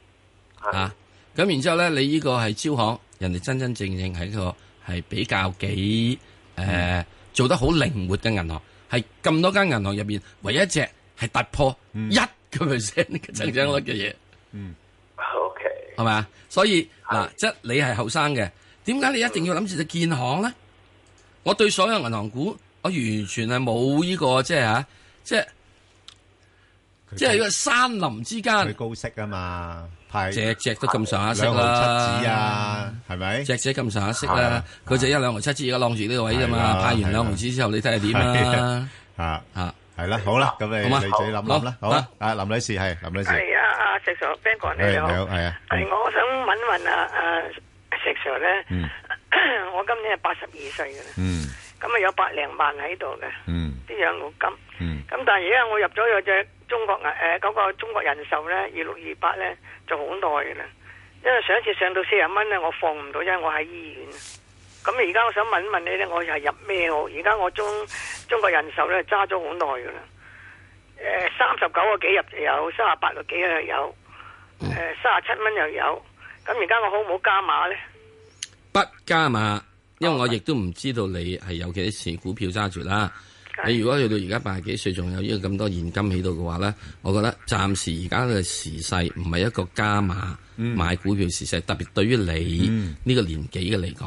[SPEAKER 4] 吓啊咁、然之後咧，你呢個係招行，人哋真真正正係一個係比較幾誒、
[SPEAKER 3] 嗯
[SPEAKER 4] 呃做得好靈活嘅銀行，係咁多間銀行入邊唯一一隻係突破
[SPEAKER 3] 嗯
[SPEAKER 4] 一個 percent 嘅增長率嘅嘢，
[SPEAKER 7] ，OK，
[SPEAKER 4] 係咪啊？所以嗱，即係你係後生嘅，點解你一定要諗住只建行咧？我對所有銀行股，我完全係冇呢個即係嚇，即係
[SPEAKER 3] 佢
[SPEAKER 4] 即係個山林之間，
[SPEAKER 3] 佢高息啊嘛，派
[SPEAKER 4] 隻隻都咁上下息啦，
[SPEAKER 3] 兩毫七子啊，係咪？
[SPEAKER 4] 隻隻咁上下息
[SPEAKER 3] 係
[SPEAKER 4] 啦
[SPEAKER 3] 啊，
[SPEAKER 4] 佢就一兩毫七支而家晾住呢個位啫
[SPEAKER 3] 係
[SPEAKER 4] 嘛，
[SPEAKER 3] 啊
[SPEAKER 4] 派
[SPEAKER 3] 係
[SPEAKER 4] 完
[SPEAKER 3] 啊
[SPEAKER 4] 兩毫子之後，你睇下點
[SPEAKER 3] 係
[SPEAKER 4] 啦
[SPEAKER 3] 啊啊，
[SPEAKER 4] 嚇。
[SPEAKER 3] 係啦，好啦，咁你
[SPEAKER 4] 好嘛
[SPEAKER 3] 你自己諗諗啦，
[SPEAKER 4] 好
[SPEAKER 3] 好啊，啊林女士係林女士，
[SPEAKER 8] 係啊，阿石 Sir、Ben 哥
[SPEAKER 3] 係
[SPEAKER 8] 你好。
[SPEAKER 3] 你好係啊
[SPEAKER 8] 係我想問問啊，阿石 Sir 咧
[SPEAKER 3] 嗯，
[SPEAKER 8] 我今年係八十二歲嘅啦，
[SPEAKER 3] 嗯
[SPEAKER 8] 咁啊有百零萬喺度嘅，
[SPEAKER 3] 嗯
[SPEAKER 8] 啲養老金。
[SPEAKER 3] 嗯
[SPEAKER 8] 咁但係而家我入咗有隻中國銀誒嗰個中國人壽咧，二六二八咧就好耐嘅啦，因為上一次上到四十蚊咧，我放唔到，因為我喺醫院。咁而家我想問一問你咧，我係入咩好？而家我中中國人壽咧揸咗好耐噶啦，
[SPEAKER 5] 呃
[SPEAKER 8] 誒三十九個幾入有，三十八個幾又有，誒三十七蚊又有。咁而家我好唔好加碼咧？
[SPEAKER 4] 不加碼，因為我亦都唔知道你係有幾多錢股票揸住啦。你如果去到而家八十幾歲，仲有呢個咁多現金喺度嘅話咧，我覺得暫時而家嘅時勢唔係一個加碼買股票時勢，特別對於你呢個年紀嘅嚟講，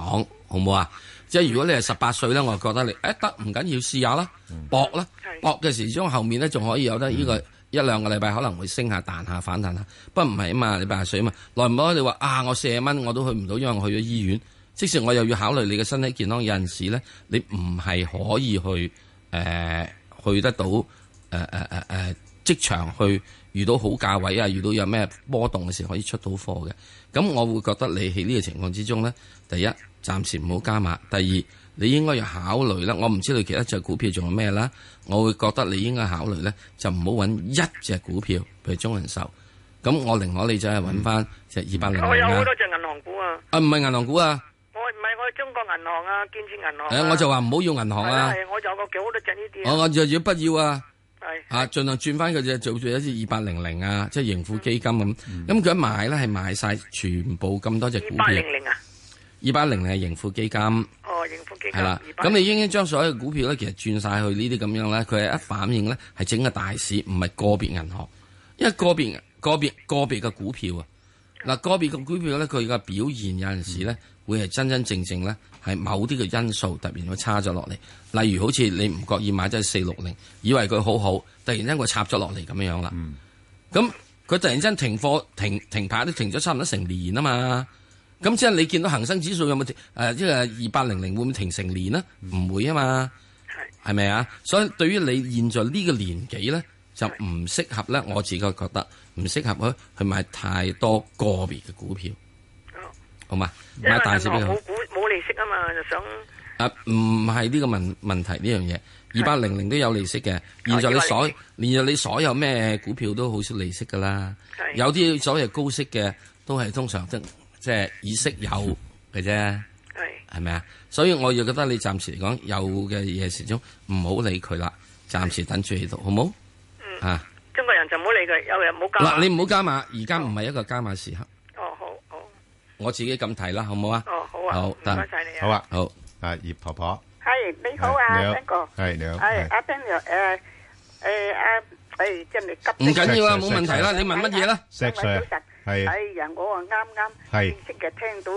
[SPEAKER 4] 好唔好啊？即係如果你係十八歲咧，我覺得你誒得唔緊要試下啦，搏啦，
[SPEAKER 8] 係
[SPEAKER 4] 搏嘅時鐘後面咧仲可以有得呢個一兩個禮拜可能會升下彈下反彈下，不過唔係啊嘛，你八十歲啊嘛，耐唔耐你話啊我四十蚊我都去唔到，因為我去咗醫院，即使我又要考慮你嘅身體健康，有陣時咧你唔係可以去誒、呃去得到呃誒誒誒誒職場去遇到好價位啊，遇到有咩波動嘅時候可以出到貨嘅，咁我會覺得你喺呢個情況之中咧，第一暫時唔好加碼，第二。你應該要考慮啦。我唔知道其他隻股票仲有咩啦，我會覺得你應該考慮咧，就唔好揾一隻股票，譬如中人壽。咁我寧可你就係揾翻隻二百零
[SPEAKER 8] 嗯我有好
[SPEAKER 4] 零
[SPEAKER 8] 多隻銀行股啊，
[SPEAKER 4] 啊，唔係銀行股啊，
[SPEAKER 8] 我唔係我係中國銀行啊，建設銀行啊、
[SPEAKER 4] 誒我就話唔好要銀行
[SPEAKER 8] 係啊
[SPEAKER 4] 啊，
[SPEAKER 8] 係我就有個幾好多隻呢
[SPEAKER 4] 我
[SPEAKER 8] 啲啊，
[SPEAKER 4] 我就要不要啊？
[SPEAKER 8] 係
[SPEAKER 4] 啊，盡量轉翻佢只做住一隻二八零零啊，即係盈富基金咁。咁佢一買咧係買晒全部咁多隻股
[SPEAKER 8] 嗯
[SPEAKER 4] 票
[SPEAKER 8] 二八，零零啊，
[SPEAKER 4] 二八零零係盈富基金。
[SPEAKER 8] 哦，盈富基金
[SPEAKER 4] 係啦，
[SPEAKER 8] 200
[SPEAKER 4] 咁你應該將所有股票咧，其實轉晒去呢啲咁樣咧，佢係一反映咧係整個大市，唔係個別銀行，因為個別個別個別嘅股票啊，嗱，個別嘅股票咧，佢嘅表現有陣時咧，會係真真正正咧，係某啲嘅因素突然會差咗落嚟。例如好似你唔覺意買咗四六零，以為佢好好，突然間佢插咗落嚟咁樣樣啦。咁佢、突然間停貨停停牌都停咗差唔多成年啊嘛。咁即係你見到恒生指數有冇停誒？即係二八零零會唔會停成年呢？唔會啊嘛，係咪啊？所以對於你現在呢個年紀咧，就唔適合咧，我自己覺得唔適合去去買太多個別嘅股票，好嘛？
[SPEAKER 8] 哦因為
[SPEAKER 4] 買大市
[SPEAKER 8] 銀
[SPEAKER 4] 比
[SPEAKER 8] 行
[SPEAKER 4] 較好
[SPEAKER 8] 冇股冇利息啊嘛，就想
[SPEAKER 4] 啊，唔係呢個問問題呢樣嘢。二八零零都有利息
[SPEAKER 8] 哦
[SPEAKER 4] 嘅，現在你所現在你所有咩股票都好少利息噶啦，
[SPEAKER 8] 係
[SPEAKER 4] 有啲所謂高息嘅都係通常即即係以息有嘅啫。
[SPEAKER 8] 係
[SPEAKER 4] 係咪啊？所以我又覺得你暫時嚟講有嘅嘢始終唔好理佢啦，暫時等住喺度，好冇？啊，
[SPEAKER 8] 中國人就唔好理佢，有人嗯冇加碼。
[SPEAKER 4] 嗱，你唔好加碼，而家唔係一個加碼時刻，
[SPEAKER 8] 哦，好好，
[SPEAKER 4] 我自己咁睇啦，好冇啊？
[SPEAKER 8] 哦好啊，
[SPEAKER 4] 好
[SPEAKER 8] 唔
[SPEAKER 4] 得
[SPEAKER 8] 該晒你啊。
[SPEAKER 3] 好啊，
[SPEAKER 4] 好，
[SPEAKER 3] 啊葉婆婆，
[SPEAKER 9] 系你好啊，
[SPEAKER 3] 係
[SPEAKER 9] 邊個？
[SPEAKER 3] 係你好，
[SPEAKER 9] 係
[SPEAKER 3] 係
[SPEAKER 9] 阿 Ben 又誒誒阿誒，真係急
[SPEAKER 4] 唔
[SPEAKER 9] 得
[SPEAKER 4] 緊要啊，
[SPEAKER 3] 石 Sir，
[SPEAKER 4] 冇問題啦，你問乜嘢啦？
[SPEAKER 3] 石
[SPEAKER 9] 兩位
[SPEAKER 3] Sir，
[SPEAKER 9] 早晨
[SPEAKER 3] 係
[SPEAKER 9] 哎呀，我啊啱啱
[SPEAKER 3] 係
[SPEAKER 9] 正式嘅聽到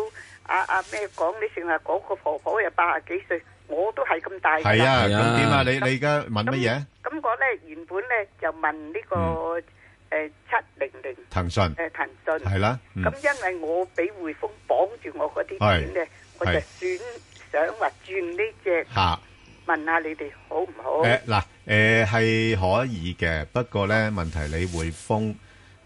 [SPEAKER 9] 阿阿咩講，你成日講個婆婆又八十幾歲，我都係咁大㗎啦。
[SPEAKER 3] 係啊，
[SPEAKER 4] 係啊。
[SPEAKER 3] 咁點啊？你你而家問乜嘢？
[SPEAKER 9] 咁我咧原本咧就問呢個誒七零零
[SPEAKER 3] 騰訊
[SPEAKER 9] 誒騰訊。
[SPEAKER 3] 係啦，嗯
[SPEAKER 9] 咁因為我俾匯豐綁住我嗰啲
[SPEAKER 3] 係
[SPEAKER 9] 錢咧，我就
[SPEAKER 3] 係
[SPEAKER 9] 選想話轉呢只，
[SPEAKER 3] 下。
[SPEAKER 9] 問下你哋好唔好？
[SPEAKER 3] 誒嗱誒係可以嘅，不過咧問題你匯豐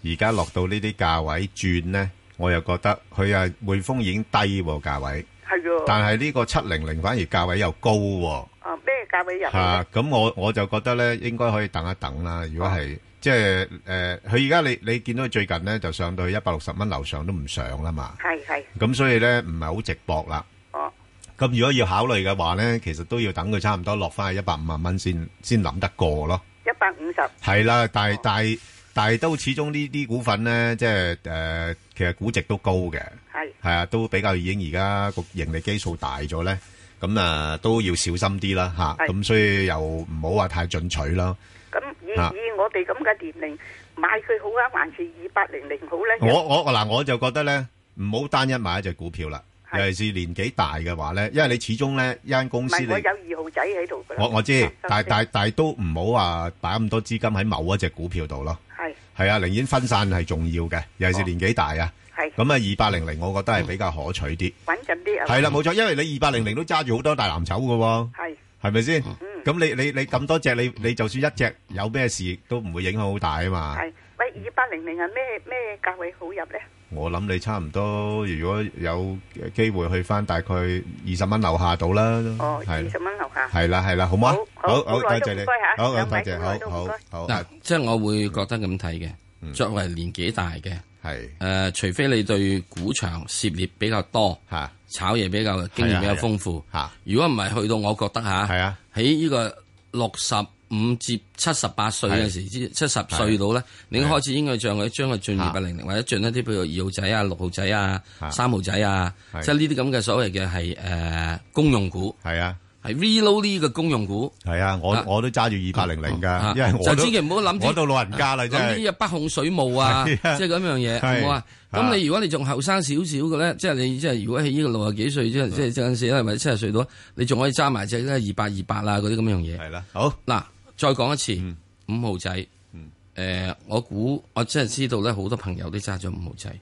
[SPEAKER 3] 而家落到呢啲價位轉咧，我又覺得佢啊匯豐已經低喎價位，
[SPEAKER 9] 係啊喎，
[SPEAKER 3] 但係呢個七零零反而價位又高喎、
[SPEAKER 9] 啊咩價位入去
[SPEAKER 3] 嚇
[SPEAKER 9] 呢？
[SPEAKER 3] 咁、我我就覺得咧應該可以等一等啦。如果係、即係誒，呃佢而家你你見到佢最近咧就上到一百六十蚊樓上都唔上啦嘛，
[SPEAKER 9] 係係，
[SPEAKER 3] 咁所以咧唔係好直搏啦。
[SPEAKER 9] 哦
[SPEAKER 3] 咁如果要考慮嘅話咧，其實都要等佢差唔多落翻去一百五十蚊先先諗得過咯。
[SPEAKER 9] 一百五十，
[SPEAKER 3] 係啦，但係但係但係都始終呢啲股份咧，即係诶，其實估值都高嘅，
[SPEAKER 9] 係
[SPEAKER 3] 係啊，都比較已經而家個盈利基數大咗咧，咁啊都要小心啲啦吓，
[SPEAKER 9] 係
[SPEAKER 3] 咁所以又唔好話太進取啦。
[SPEAKER 9] 咁以
[SPEAKER 3] 啊
[SPEAKER 9] 以我哋咁嘅年齡買佢好啊，還是二八零零好咧？
[SPEAKER 3] 我我嗱，我就覺得咧，唔好單一買一隻股票啦，
[SPEAKER 9] 係
[SPEAKER 3] 尤其是年紀大嘅話咧，因為你始終咧一間公
[SPEAKER 9] 唔
[SPEAKER 3] 司
[SPEAKER 9] 係
[SPEAKER 3] 你
[SPEAKER 9] 我。有二號仔喺度㗎啦。
[SPEAKER 3] 我我知
[SPEAKER 9] 啊，
[SPEAKER 3] 但但但都唔好話擺咁多資金喺某一隻股票度咯。
[SPEAKER 9] 係
[SPEAKER 3] 係啊，寧願分散係重要嘅，尤
[SPEAKER 9] 哦
[SPEAKER 3] 其是年紀大啊。
[SPEAKER 9] 係
[SPEAKER 3] 咁啊，二八零零我覺得係比較可取啲。
[SPEAKER 9] 穩陣啲啊，
[SPEAKER 3] 係啦，冇錯，因為你二八零零都揸住好多大藍籌嘅喎，
[SPEAKER 9] 係
[SPEAKER 3] 係咪先？咁你你你咁多隻，你你就算一隻有咩事都唔會影響好大啊嘛。
[SPEAKER 9] 係。喂，二八零零係咩咩價位好入咧？
[SPEAKER 3] 我諗你差唔多，如果有機會去翻大概二十蚊樓下到啦。
[SPEAKER 9] 哦，二
[SPEAKER 3] 係
[SPEAKER 9] 十蚊樓下。
[SPEAKER 3] 係啦係啦，好唔好啊？
[SPEAKER 9] 好好
[SPEAKER 3] 好，
[SPEAKER 9] 好耐都
[SPEAKER 3] 多謝你
[SPEAKER 9] 唔該嚇，
[SPEAKER 3] 好好
[SPEAKER 9] 兩
[SPEAKER 3] 多
[SPEAKER 9] 位
[SPEAKER 3] 謝，
[SPEAKER 9] 好耐都唔
[SPEAKER 3] 好
[SPEAKER 9] 該
[SPEAKER 3] 好好
[SPEAKER 4] 嗱，，即係我會覺得咁睇
[SPEAKER 3] 嗯
[SPEAKER 4] 嘅，作為年紀大嘅，誒、
[SPEAKER 3] 係
[SPEAKER 4] 除非你對股場涉獵比較多，
[SPEAKER 3] 嚇
[SPEAKER 4] 炒嘢比較經
[SPEAKER 3] 係
[SPEAKER 4] 驗
[SPEAKER 3] 啊
[SPEAKER 4] 比較豐富，
[SPEAKER 3] 嚇
[SPEAKER 4] 如果唔係去到我覺得嚇，
[SPEAKER 3] 係啊，
[SPEAKER 4] 喺呢個六十五至七十八歲嘅時之七十歲到咧，你已經開始應該將佢將佢進二八零零或者進一啲譬如二號仔啊、六號仔啊
[SPEAKER 3] 啊、
[SPEAKER 4] 三號仔啊，
[SPEAKER 3] 係
[SPEAKER 4] 即係呢啲咁嘅所謂嘅係誒公用股，
[SPEAKER 3] 係啊。
[SPEAKER 4] 係 reload 呢個公用股。
[SPEAKER 3] 係啊，我
[SPEAKER 4] 啊
[SPEAKER 3] 我都揸住二百零零
[SPEAKER 4] 啊
[SPEAKER 3] 噶，因為我
[SPEAKER 4] 就
[SPEAKER 3] 都
[SPEAKER 4] 千祈唔好諗住
[SPEAKER 3] 我到老人家啦，真
[SPEAKER 4] 諗呢
[SPEAKER 3] 係
[SPEAKER 4] 嘢北控水務啊，即
[SPEAKER 3] 係啊
[SPEAKER 4] 係咁樣嘢，
[SPEAKER 3] 係
[SPEAKER 4] 好啊。
[SPEAKER 3] 啊
[SPEAKER 4] 咁你如果你仲後生少少嘅咧，即係你即係如果喺呢個六十幾歲，即係即係嗰陣時咧，或者七十歲到，你仲可以揸埋只咧二百二百啊嗰啲咁樣嘢。
[SPEAKER 3] 係啦，好
[SPEAKER 4] 嗱，再講一次，
[SPEAKER 3] 嗯
[SPEAKER 4] 五號仔，誒、我估我真係知道咧，好多朋友都揸咗五號仔，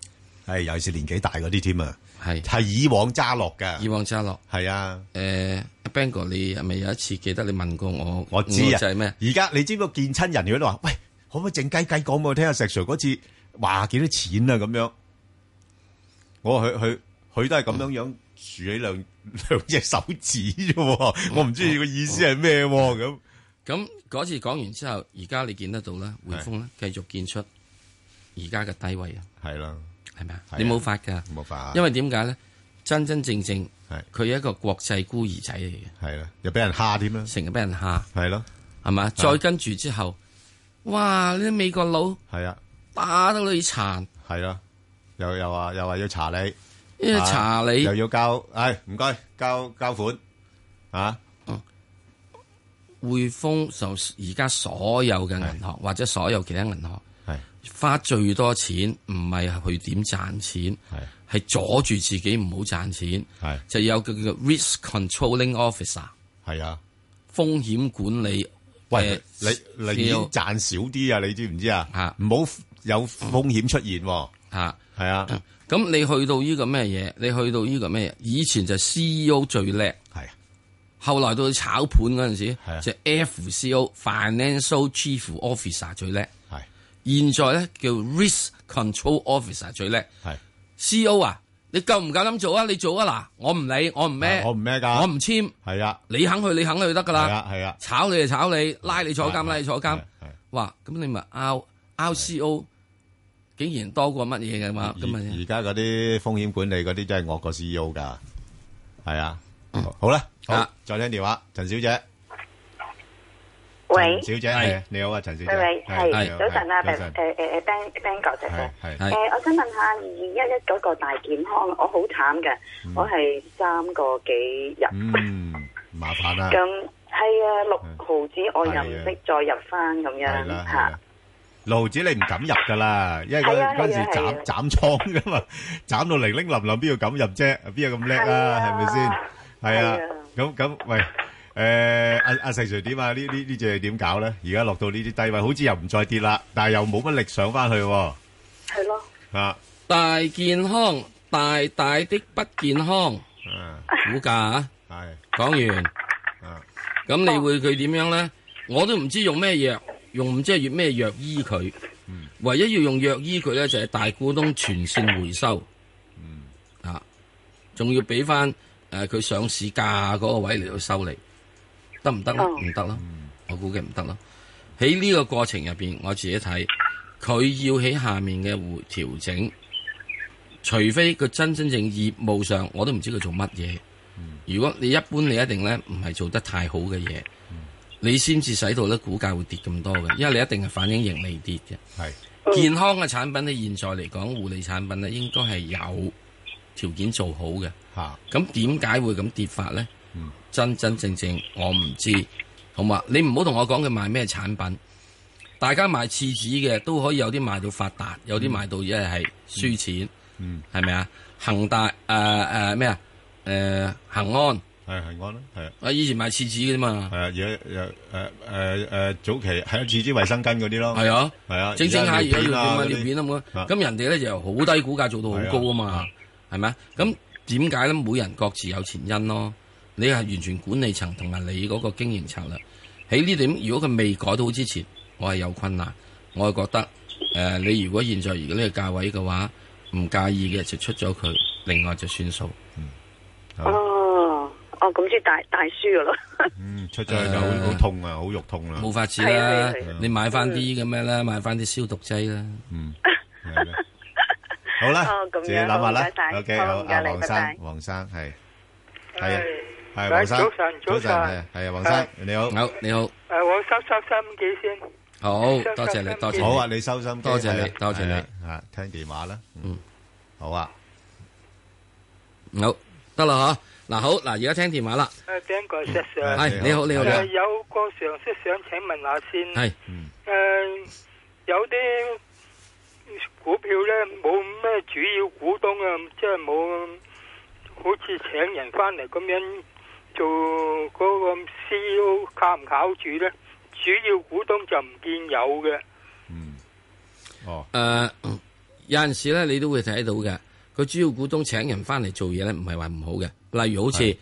[SPEAKER 3] 係尤其是年紀大嗰啲添啊，
[SPEAKER 4] 係
[SPEAKER 3] 係以往揸落噶，
[SPEAKER 4] 以往揸落。
[SPEAKER 3] 係啊，
[SPEAKER 4] 誒、阿 Bang 哥，你係咪有一次記得你問過我？
[SPEAKER 3] 我知
[SPEAKER 4] 五號
[SPEAKER 3] 啊
[SPEAKER 4] 仔咩？，
[SPEAKER 3] 而家你知唔知見親人佢都話，喂，可唔可以靜雞雞講俾我聽下啊石 Sir 嗰次話幾多錢啊咁樣，我話佢佢佢都係咁樣
[SPEAKER 4] 嗯
[SPEAKER 3] 樣豎起兩 兩隻手指啫喎，我唔知佢個意思係咩喎咁，
[SPEAKER 4] 咁嗰次講完之後，而家你見得到啦，匯豐咧繼續見出而家嘅低位啊，
[SPEAKER 3] 係啦，
[SPEAKER 4] 係咪啊
[SPEAKER 3] 係？啊
[SPEAKER 4] 你冇法㗎，
[SPEAKER 3] 冇法，
[SPEAKER 4] 因為點解咧？真真正正
[SPEAKER 3] 係
[SPEAKER 4] 佢係一個國際孤兒仔嚟嘅，
[SPEAKER 3] 係啦，又俾人蝦添啦，
[SPEAKER 4] 成日俾人蝦，
[SPEAKER 3] 係咯，
[SPEAKER 4] 係咪啊？再跟住之後，哇！呢啲美國佬
[SPEAKER 3] 係啊。
[SPEAKER 4] 打到你殘，
[SPEAKER 3] 系啦，又又话又话要查你，
[SPEAKER 4] 因
[SPEAKER 3] 啊
[SPEAKER 4] 為查你。
[SPEAKER 3] 又要交，唉，唔該，交交款啊，
[SPEAKER 4] 匯豐就而家所有嘅銀行或者所有其他銀行
[SPEAKER 3] 係
[SPEAKER 4] 花最多錢唔係去點賺錢，係阻住自己唔好賺錢，就有個叫 risk controlling officer，
[SPEAKER 3] 係啊，
[SPEAKER 4] 風險管理。
[SPEAKER 3] 喂，你
[SPEAKER 4] 誒
[SPEAKER 3] 你寧願
[SPEAKER 4] 叫
[SPEAKER 3] 賺少啲啊！你知唔知啊
[SPEAKER 4] 嚇？
[SPEAKER 3] 唔好有風險出現喎。
[SPEAKER 4] 嚇
[SPEAKER 3] 係啊，
[SPEAKER 4] 咁你去到呢個咩嘢？你去到呢個咩嘢？以前就 CEO 最叻，
[SPEAKER 3] 係啊，
[SPEAKER 4] 後來到炒盤嗰陣時
[SPEAKER 3] 係啊，
[SPEAKER 4] 就 FCO Financial Chief Officer 最叻。
[SPEAKER 3] 係啊
[SPEAKER 4] 現在咧叫 Risk Control Officer 最叻。
[SPEAKER 3] 係
[SPEAKER 4] CEO 啊，你夠唔夠膽做啊？你做啊嗱，我唔理，我唔咩，
[SPEAKER 3] 啊我唔咩㗎
[SPEAKER 4] 我唔簽，
[SPEAKER 3] 係啊，
[SPEAKER 4] 你肯去你肯去得㗎
[SPEAKER 3] 係
[SPEAKER 4] 啦。
[SPEAKER 3] 啊，係啊，
[SPEAKER 4] 炒你就炒你，拉你
[SPEAKER 3] 係
[SPEAKER 4] 坐
[SPEAKER 3] 啊
[SPEAKER 4] 監拉你坐監
[SPEAKER 3] 係啊係啊。
[SPEAKER 4] 哇！咁你咪 out out CO，竟然多過乜嘢嘅嘛？咁
[SPEAKER 3] 而-
[SPEAKER 4] 咪
[SPEAKER 3] 而家嗰啲風險管理嗰啲真係惡過 CEO E 㗎。係啊。好啦，好，
[SPEAKER 4] 啊。
[SPEAKER 3] 再聽電話，陳小姐。
[SPEAKER 10] 喂，
[SPEAKER 3] 陳小姐，
[SPEAKER 4] 係。
[SPEAKER 3] 係，你好啊，陳小姐。
[SPEAKER 10] 喂喂，
[SPEAKER 3] 係，
[SPEAKER 10] 係
[SPEAKER 3] 你好，
[SPEAKER 10] 早晨啊，
[SPEAKER 3] 係，早
[SPEAKER 10] 誒誒誒
[SPEAKER 3] 晨。
[SPEAKER 10] Ben Ben 教授誒，
[SPEAKER 3] 係，係，
[SPEAKER 4] 係
[SPEAKER 10] 我想問下二二一一嗰個大健康，我好慘嘅，
[SPEAKER 3] 嗯
[SPEAKER 10] 我係三個幾入，
[SPEAKER 3] 嗯，麻煩啦，
[SPEAKER 10] 咁係啊六毫子，我又唔
[SPEAKER 3] 係啊
[SPEAKER 10] 識再入翻咁樣
[SPEAKER 5] Dạ,
[SPEAKER 3] 係啦，係啦。
[SPEAKER 10] 嚇，
[SPEAKER 3] 盧子你唔敢入㗎啦，因為嗰-
[SPEAKER 10] 係啊，係啊，
[SPEAKER 3] 嗰陣時
[SPEAKER 10] 係啊。
[SPEAKER 3] 斬-斬倉㗎嘛，斬到零零林林，邊度敢入啫？邊有咁叻啊，
[SPEAKER 10] 係啊。
[SPEAKER 3] 係咪先？係啊，
[SPEAKER 10] 係啊。
[SPEAKER 3] 咁-咁，喂，誒，阿-阿石Sir點啊？呢-呢-呢隻點搞呢？而家落到呢啲低位，好似又唔再跌啦，但係又冇乜力上返去喎，啊。
[SPEAKER 10] 係咯，
[SPEAKER 4] 大健康，大大的不健康，股價啊，講
[SPEAKER 3] 啊，
[SPEAKER 4] 完，
[SPEAKER 3] 係，啊，係，
[SPEAKER 4] 咁你會佢點樣咧？我都唔知用咩藥，用唔知係咩藥醫佢。唯一要用藥醫佢咧，就係大股東全線回收。啊，仲要俾翻誒佢上市價嗰個位嚟到收你，得唔得咧？
[SPEAKER 10] 哦
[SPEAKER 4] 唔得咯，我估計唔得咯。喺呢個過程入邊，我自己睇佢要喺下面嘅回調整，除非佢真真正業務上，我都唔知佢做乜嘢。如果你一般你一定咧唔係做得太好嘅嘢，你先至使到咧股價會跌咁多嘅，因為你一定係反映盈利跌嘅。
[SPEAKER 3] 嗯
[SPEAKER 4] 健康嘅產品咧，現在嚟講護理產品咧，應該係有條件做好嘅。咁點解會咁跌法咧？
[SPEAKER 3] 嗯
[SPEAKER 4] 真真正正我唔知，好嘛？你唔好同我講佢賣咩產品，大家賣廁紙嘅都可以有啲賣到發達，有啲賣到一係輸錢，
[SPEAKER 3] 嗯
[SPEAKER 4] 係咪啊？恒大誒誒咩啊？誒、恒安，
[SPEAKER 3] 係，係，安啦，係啊。
[SPEAKER 4] 我以前賣廁紙嘅啫嘛，
[SPEAKER 3] 係啊，而家有誒誒誒早期係啊，自知衞生巾嗰啲咯，
[SPEAKER 4] 係啊。
[SPEAKER 3] 係啊，
[SPEAKER 4] 整整下而家要
[SPEAKER 3] 啊
[SPEAKER 4] 買
[SPEAKER 3] 嗰
[SPEAKER 4] 尿
[SPEAKER 3] 啲
[SPEAKER 4] 片啊咁
[SPEAKER 3] 啊
[SPEAKER 4] 樣，咁人哋咧就由好低股價做到好高啊嘛，係咪啊？咁點解咧？每人各自有前因咯。你係完全管理層同埋你嗰個經營策略喺呢點，如果佢未改到之前，我係有困難，我係覺得誒、呃你如果現在如果呢個價位嘅話，唔介意嘅就出咗佢，另外就算數。
[SPEAKER 3] 係啊
[SPEAKER 10] 哦，哦咁即係大大輸噶咯，
[SPEAKER 3] 嗯，出咗去就好好痛啊，好肉痛啦，
[SPEAKER 4] 冇法子
[SPEAKER 10] 係啊
[SPEAKER 4] 啦
[SPEAKER 10] 係啊係啊，
[SPEAKER 4] 你買翻啲咁咩啦，買翻啲消毒劑啦。
[SPEAKER 3] 嗯，係啦好啦
[SPEAKER 10] 哦，咁樣
[SPEAKER 3] 自己諗下
[SPEAKER 10] 好
[SPEAKER 3] 啦
[SPEAKER 10] 唔該晒
[SPEAKER 3] ，OK，
[SPEAKER 10] 好
[SPEAKER 3] 好，
[SPEAKER 10] 唔該
[SPEAKER 3] 阿
[SPEAKER 10] 你
[SPEAKER 3] 黃
[SPEAKER 10] 拜嗯
[SPEAKER 3] 生
[SPEAKER 10] 拜，
[SPEAKER 3] 黃生係係啊，係黃
[SPEAKER 8] 喂
[SPEAKER 3] 生，
[SPEAKER 8] 早晨
[SPEAKER 3] 早晨
[SPEAKER 8] 早晨
[SPEAKER 3] 係係啊，黃生你好，
[SPEAKER 4] 好，你好，
[SPEAKER 8] 诶，我收收三五幾先。
[SPEAKER 4] 好
[SPEAKER 10] 嗯
[SPEAKER 4] 多謝你，多謝你。
[SPEAKER 3] 好啊，你收心機，
[SPEAKER 4] 多謝
[SPEAKER 3] 係啊
[SPEAKER 4] 你多謝，你
[SPEAKER 3] 係啊啊，聽電話啦，嗯
[SPEAKER 4] 嗯，
[SPEAKER 3] 好啊，
[SPEAKER 4] 好得啦吓，嗱好嗱，而家聽電話啦，
[SPEAKER 8] 诶，邊個 s
[SPEAKER 3] 嗯係
[SPEAKER 4] 係你好你好
[SPEAKER 3] 係
[SPEAKER 4] 你
[SPEAKER 3] 啊
[SPEAKER 4] 好
[SPEAKER 8] 誒，有個常識想請問下先。
[SPEAKER 3] 嗯
[SPEAKER 4] 係
[SPEAKER 8] 誒、有啲股票咧冇咩主要股東啊，即係冇好似請人翻嚟咁樣做嗰個 CEO 靠唔靠住咧？主要股東就唔見有嘅。
[SPEAKER 3] 嗯，哦，
[SPEAKER 4] 誒呃有陣時咧，你都會睇到嘅，佢主要股東請人翻嚟做嘢咧，唔係話唔好嘅，例如好似誒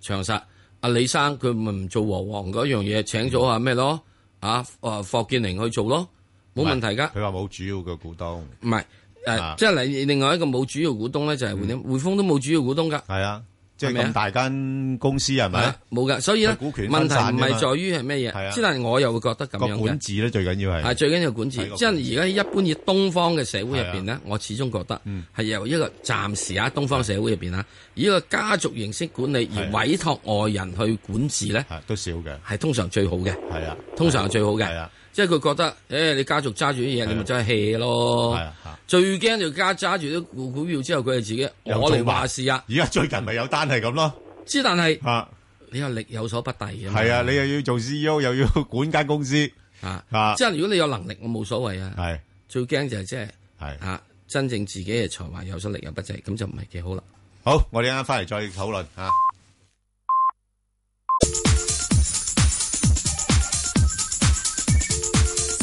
[SPEAKER 4] 長實阿李生，佢咪唔做和黃嗰樣嘢，請咗啊咩咯，啊啊霍建寧去做咯，冇問題噶，
[SPEAKER 3] 佢話冇主要嘅股東，
[SPEAKER 4] 唔係
[SPEAKER 3] 啊嗯
[SPEAKER 4] 誒，即係你另外一個冇主要股東咧，就係匯豐，匯豐都冇主要股東㗎。
[SPEAKER 3] 係啊，即係
[SPEAKER 4] 係咪啊
[SPEAKER 3] 咁大間公司係咪
[SPEAKER 4] 係？啊冇噶，所以咧
[SPEAKER 3] 佢股權
[SPEAKER 4] 問
[SPEAKER 3] 分
[SPEAKER 4] 題
[SPEAKER 3] 散㗎
[SPEAKER 4] 唔
[SPEAKER 3] 嘛
[SPEAKER 4] 係在於係咩
[SPEAKER 3] 係啊
[SPEAKER 4] 嘢，之但係我又會覺得咁
[SPEAKER 3] 個
[SPEAKER 4] 樣嘅
[SPEAKER 3] 管。治咧最緊要係
[SPEAKER 4] 係最緊要管治
[SPEAKER 3] 係個，
[SPEAKER 4] 即係而家一般以東方嘅社會入邊
[SPEAKER 3] 係啊
[SPEAKER 4] 咧，我始終覺得
[SPEAKER 3] 嗯
[SPEAKER 4] 係由一個暫時啊東方社會入邊啊，以一個家族形式管理而
[SPEAKER 3] 係
[SPEAKER 4] 委託外人去管治咧，
[SPEAKER 3] 係啊都少嘅，
[SPEAKER 4] 係通常最好嘅，
[SPEAKER 3] 係啊，
[SPEAKER 4] 通常係最好
[SPEAKER 3] 係
[SPEAKER 4] 嘅
[SPEAKER 3] 啊。
[SPEAKER 4] 即係佢覺得，誒你家族揸住啲嘢，你咪真係 hea 咯
[SPEAKER 3] 係啊嚇。
[SPEAKER 4] 最驚就家揸住啲股股票之後，佢係自己
[SPEAKER 3] 又
[SPEAKER 4] 我嚟
[SPEAKER 3] 做埋
[SPEAKER 4] 話事啊。
[SPEAKER 3] 而家最近咪有單係咁咯，
[SPEAKER 4] 之但係
[SPEAKER 3] 嚇
[SPEAKER 4] 你又力有所不逮嘅嘛。
[SPEAKER 3] E 係啊，你又要做 CEO 又要管間公司，
[SPEAKER 4] 啊，即係如果你有能力，我冇所謂啊。
[SPEAKER 3] 係
[SPEAKER 4] 最驚就係即係
[SPEAKER 3] 係
[SPEAKER 4] 嚇，啊真正自己嘅才華有所力有不濟，咁就唔係幾好啦。
[SPEAKER 3] 好，我哋一陣翻嚟再討論吓。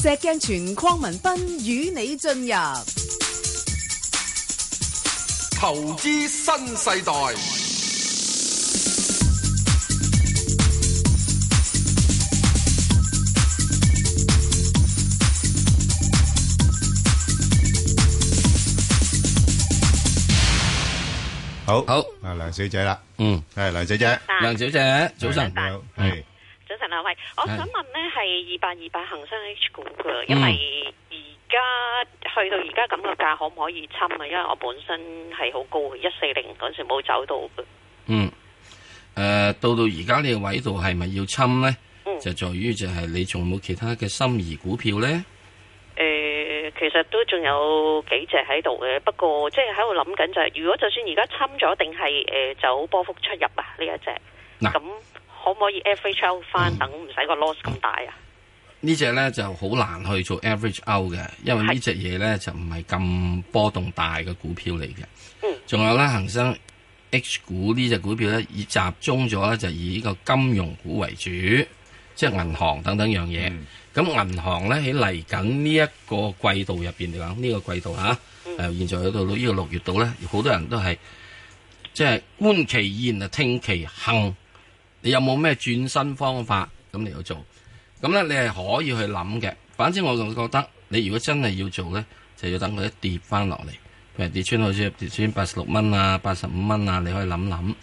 [SPEAKER 1] 石鏡泉邝文斌與你進入
[SPEAKER 2] 投資新世代，
[SPEAKER 3] 好，好，啊梁小姐啦，
[SPEAKER 4] 嗯，
[SPEAKER 3] 係梁小姐，
[SPEAKER 4] 梁小姐早晨
[SPEAKER 3] 你好係
[SPEAKER 11] 早晨啊，喂，我想問咧係二八二八恒生 H 股
[SPEAKER 4] 嗯
[SPEAKER 11] 嘅，因為而家去到而家咁嘅價，可唔可以侵啊？因為我本身係好高嘅，一四零嗰陣時冇走到嘅。
[SPEAKER 4] 嗯，誒、到到而家呢個位度係咪要侵咧？就在於就係你仲有冇其他嘅心儀股票咧？
[SPEAKER 11] 誒、呃其實都仲有幾隻喺度嘅，不過即係喺度諗緊就係、如果就算而家侵咗，定係誒走波幅出入啊呢一隻，
[SPEAKER 4] 嗱嗯
[SPEAKER 11] 咁可唔可以 average out 翻，等唔使個 loss 咁大啊？
[SPEAKER 4] 呢只咧就好難去做 average out 嘅，因為呢只嘢咧就唔係咁波動大嘅股票嚟嘅。仲有咧恒生 H 股呢只股票咧，以集中咗咧就以呢個金融股為主，即係銀行等等樣嘢。咁銀行咧喺嚟緊呢一個季度入邊嚟講，呢、個季度啊嚇，誒、現在去到呢個六月度咧，好多人都係即係觀其言啊，聽其行。你有冇咩轉身方法咁你去做？咁咧你係可以去諗嘅。反正我就覺得你如果真係要做咧，就要等佢一跌翻落嚟，譬如跌穿好似跌穿八十六蚊啊、八十五蚊啊，你可以諗諗。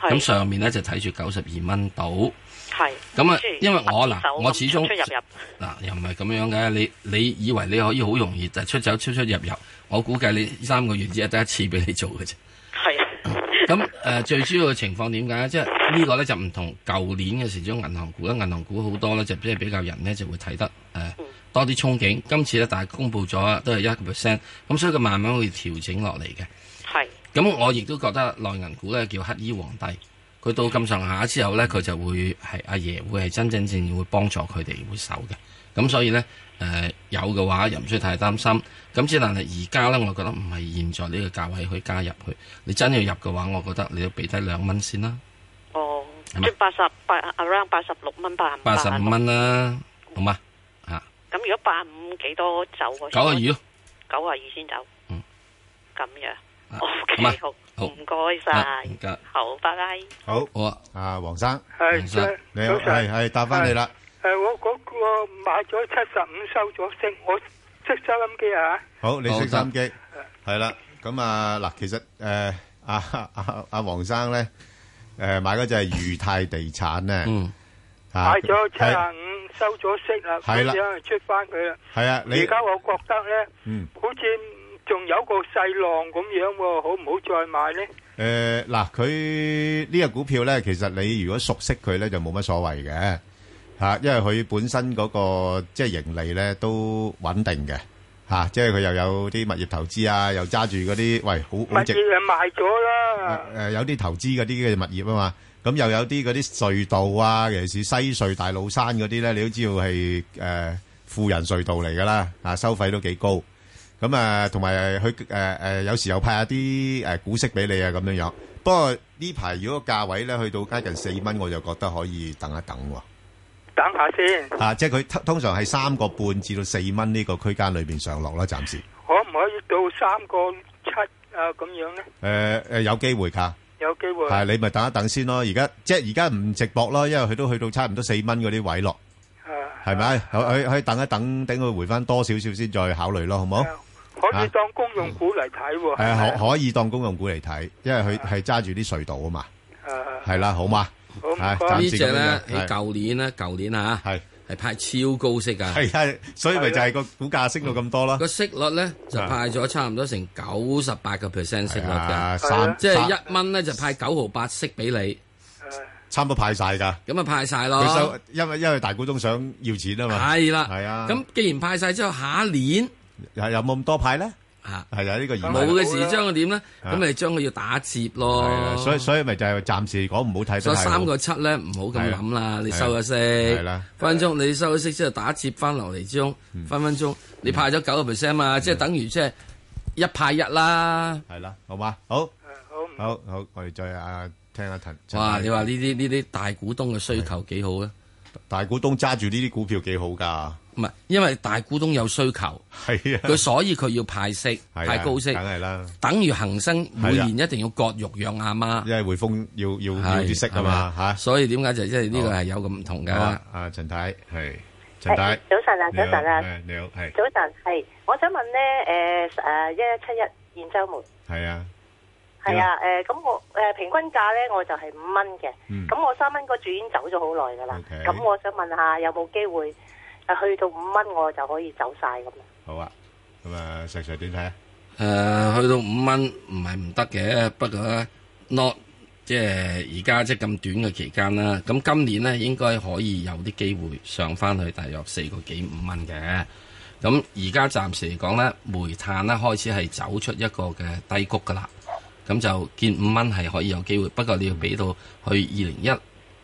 [SPEAKER 11] 係
[SPEAKER 4] 咁上面咧就睇住九十二蚊到。
[SPEAKER 11] 係。
[SPEAKER 4] 咁啊
[SPEAKER 11] 即係，
[SPEAKER 4] 因為我
[SPEAKER 11] 手
[SPEAKER 4] 嗱，
[SPEAKER 11] 咁
[SPEAKER 4] 我始終
[SPEAKER 11] 出出入入。
[SPEAKER 4] 嗱又唔係咁樣嘅。你你以為你可以好容易就出走出出入入？我估計你三個月只係得一次俾你做嘅啫。 咁誒、呃最主要嘅情況點解？即係呢個咧就唔同舊年嘅時鐘銀行股啦，銀行股好多咧就即係比較人咧就會睇得誒、呃多啲憧憬。今次咧但係公布咗都係一個 percent，咁所以佢慢慢會調整落嚟嘅。
[SPEAKER 11] 係。
[SPEAKER 4] 咁我亦都覺得內銀股咧叫黑衣皇帝，佢到咁上下之後咧，佢就會係阿爺會係真真正正會幫助佢哋會守嘅。咁所以咧誒、呃有嘅話又唔需要太擔心。咁之但係而家咧，我覺得唔係現在呢個價位去加入去。你真要入嘅話，我覺得你要俾低兩蚊先啦，
[SPEAKER 11] 哦，
[SPEAKER 4] 係
[SPEAKER 11] 即
[SPEAKER 4] 咪
[SPEAKER 11] 係八十八 around 八十六蚊八十五
[SPEAKER 4] 八十五蚊啦，好嘛？嚇，
[SPEAKER 11] 咁如果八五幾多走啊？
[SPEAKER 4] 九啊二咯，
[SPEAKER 11] 九啊二先走。
[SPEAKER 4] 嗯，
[SPEAKER 11] 咁樣。
[SPEAKER 4] 啊
[SPEAKER 11] O
[SPEAKER 4] 好嘛
[SPEAKER 11] K，好，
[SPEAKER 4] 好
[SPEAKER 11] 唔該晒
[SPEAKER 4] 唔該，
[SPEAKER 11] 好，拜拜。
[SPEAKER 3] 好，
[SPEAKER 4] 好啊，
[SPEAKER 3] 阿黃生，
[SPEAKER 12] 係
[SPEAKER 3] 黃生
[SPEAKER 12] 早
[SPEAKER 3] 嗯你好，
[SPEAKER 12] 早晨
[SPEAKER 3] 係係答翻你啦，
[SPEAKER 12] 诶，我嗰個買咗七十五收咗息，我即收音機啊，
[SPEAKER 3] 好，你熄心機，係啦，咁啊嗱，其實誒阿阿阿黃生咧誒買嗰只係裕泰地產咧，
[SPEAKER 4] 嗯，
[SPEAKER 12] 買咗七十五收咗息啦，
[SPEAKER 3] 係啦
[SPEAKER 12] 咁樣出翻佢啦。
[SPEAKER 3] 係啊，你
[SPEAKER 12] 而家我覺得咧，
[SPEAKER 3] 嗯。
[SPEAKER 12] 好似仲有個細浪咁樣喎，好唔好再買咧？
[SPEAKER 3] 诶，呃嗱、佢呢只股票咧，其實你如果熟悉佢咧，就冇乜所謂嘅吓、因為佢本身嗰、個即係盈利咧都穩定嘅吓、即係佢又有啲物業投資啊，又揸住嗰啲喂好
[SPEAKER 12] 物
[SPEAKER 3] 好值
[SPEAKER 12] 業啊賣咗啦，
[SPEAKER 3] 诶、呃有啲投資嗰啲嘅物業啊嘛，咁又有啲嗰啲隧道啊，尤其是西隧、大老山嗰啲咧，你都知道係诶、誒富人隧道嚟噶啦，啊收費都幾高，咁啊同埋佢诶诶有時又派下啲诶股息俾你啊咁樣樣。不過呢排如果個價位咧去到接近四蚊，我就覺得可以等一等喎、
[SPEAKER 12] 等下先，
[SPEAKER 3] 啊，即係佢通通常係三個半至到四蚊呢個區間裏边上落啦，暫時
[SPEAKER 12] 可唔可以到三個七啊咁樣咧？
[SPEAKER 3] 诶诶、誒呃有機會㗎。
[SPEAKER 12] 有機會。
[SPEAKER 3] 系你咪等一等先咯，而家即系而家唔直播咯，因為佢都去到差唔多四蚊嗰啲位咯，係咪？可可可以等一等，等佢回翻多少少先再考慮咯，好冇？
[SPEAKER 12] 可以當公用股嚟睇喎。
[SPEAKER 3] 诶、可可以當公用股嚟睇，因為佢係揸住啲隧道啊嘛，係啦，好嘛？係暫
[SPEAKER 4] 呢
[SPEAKER 3] 時
[SPEAKER 4] 只
[SPEAKER 3] 咁
[SPEAKER 4] 咧
[SPEAKER 3] 樣係
[SPEAKER 4] 喺舊年咧，舊年啊，
[SPEAKER 3] 係
[SPEAKER 4] 係派超高息㗎。
[SPEAKER 3] 係啊，所以咪就係個股價升到咁多啦。
[SPEAKER 4] 個息率咧就派咗差唔多成九十八個 percent 息率
[SPEAKER 3] 啊係啊
[SPEAKER 4] 嘅，
[SPEAKER 3] 三
[SPEAKER 4] 即係
[SPEAKER 3] 三
[SPEAKER 4] 一蚊咧就派九毫八息俾你，
[SPEAKER 3] 差唔多派晒㗎。
[SPEAKER 4] 咁啊派晒
[SPEAKER 3] 佢收
[SPEAKER 4] 咯。，
[SPEAKER 3] 因為因为大股東想要錢啊嘛。
[SPEAKER 4] 係啦
[SPEAKER 3] 係啊。
[SPEAKER 4] 咁既然派晒之後，下一年
[SPEAKER 3] 有有冇咁多派咧？
[SPEAKER 4] 嚇
[SPEAKER 3] 係啊，呢個疑問
[SPEAKER 4] 冇嘅時將佢點咧？咁咪將佢要打折
[SPEAKER 3] 係啊
[SPEAKER 4] 咯。
[SPEAKER 3] 所以所以咪就係暫時講唔好睇得
[SPEAKER 4] 所以
[SPEAKER 3] 太好
[SPEAKER 4] 三個七咧唔好咁諗
[SPEAKER 3] 係啊
[SPEAKER 4] 啦，你收咗息
[SPEAKER 3] 係啦，嗯
[SPEAKER 4] 分分鐘你收咗息之後打折翻落嚟之中，分分鐘你派咗九個 percent 嘛，即係等於即係一派一啦。
[SPEAKER 3] 係啦，好嘛，好，好好，我哋再啊聽下陳。
[SPEAKER 4] 哇！你話呢
[SPEAKER 3] 呢
[SPEAKER 4] 啲呢啲大股東嘅需求幾好啊咧？
[SPEAKER 3] 大股東揸住呢啲股票幾好㗎？
[SPEAKER 4] 唔係，因為大股東有需求，
[SPEAKER 3] 係啊，
[SPEAKER 4] 佢所以佢要派息，
[SPEAKER 3] 係啊
[SPEAKER 4] 派高息，
[SPEAKER 3] 梗係啦。
[SPEAKER 4] 等於恒生每
[SPEAKER 3] 係啊
[SPEAKER 4] 年一定要割肉養阿媽，
[SPEAKER 3] 因為匯豐要要要
[SPEAKER 4] 係
[SPEAKER 3] 跌息啊嘛
[SPEAKER 4] 係咪
[SPEAKER 3] 嚇。
[SPEAKER 4] 所以點解就即係呢個係有咁唔同
[SPEAKER 3] 好
[SPEAKER 4] 㗎
[SPEAKER 3] 啊？啊，陳太係陳太
[SPEAKER 13] 係，早晨啊，
[SPEAKER 3] 你好
[SPEAKER 13] 早晨啊，
[SPEAKER 3] 係你好，係
[SPEAKER 13] 早晨係，我想問咧，誒誒一一七一現週末
[SPEAKER 3] 係啊，
[SPEAKER 13] 係啊，誒咁我誒平均價咧我就係五蚊嘅，
[SPEAKER 3] 嗯
[SPEAKER 13] 咁我三蚊個主已經走咗好耐㗎啦，
[SPEAKER 3] OK
[SPEAKER 13] 咁我想問下有冇機會誒去到五蚊我就可以走晒咁啊？
[SPEAKER 3] 好啊，咁啊，石 Sir 點睇啊？
[SPEAKER 4] 誒、呃去到五蚊唔係唔得嘅，不過咧 not 即係而家即係咁短嘅期間啦。咁今年咧應該可以有啲機會上翻去大約四個幾五蚊嘅。咁而家暫時嚟講咧，煤炭咧開始係走出一個嘅低谷噶啦。咁就見五蚊係可以有機會，不過你要俾到去二零一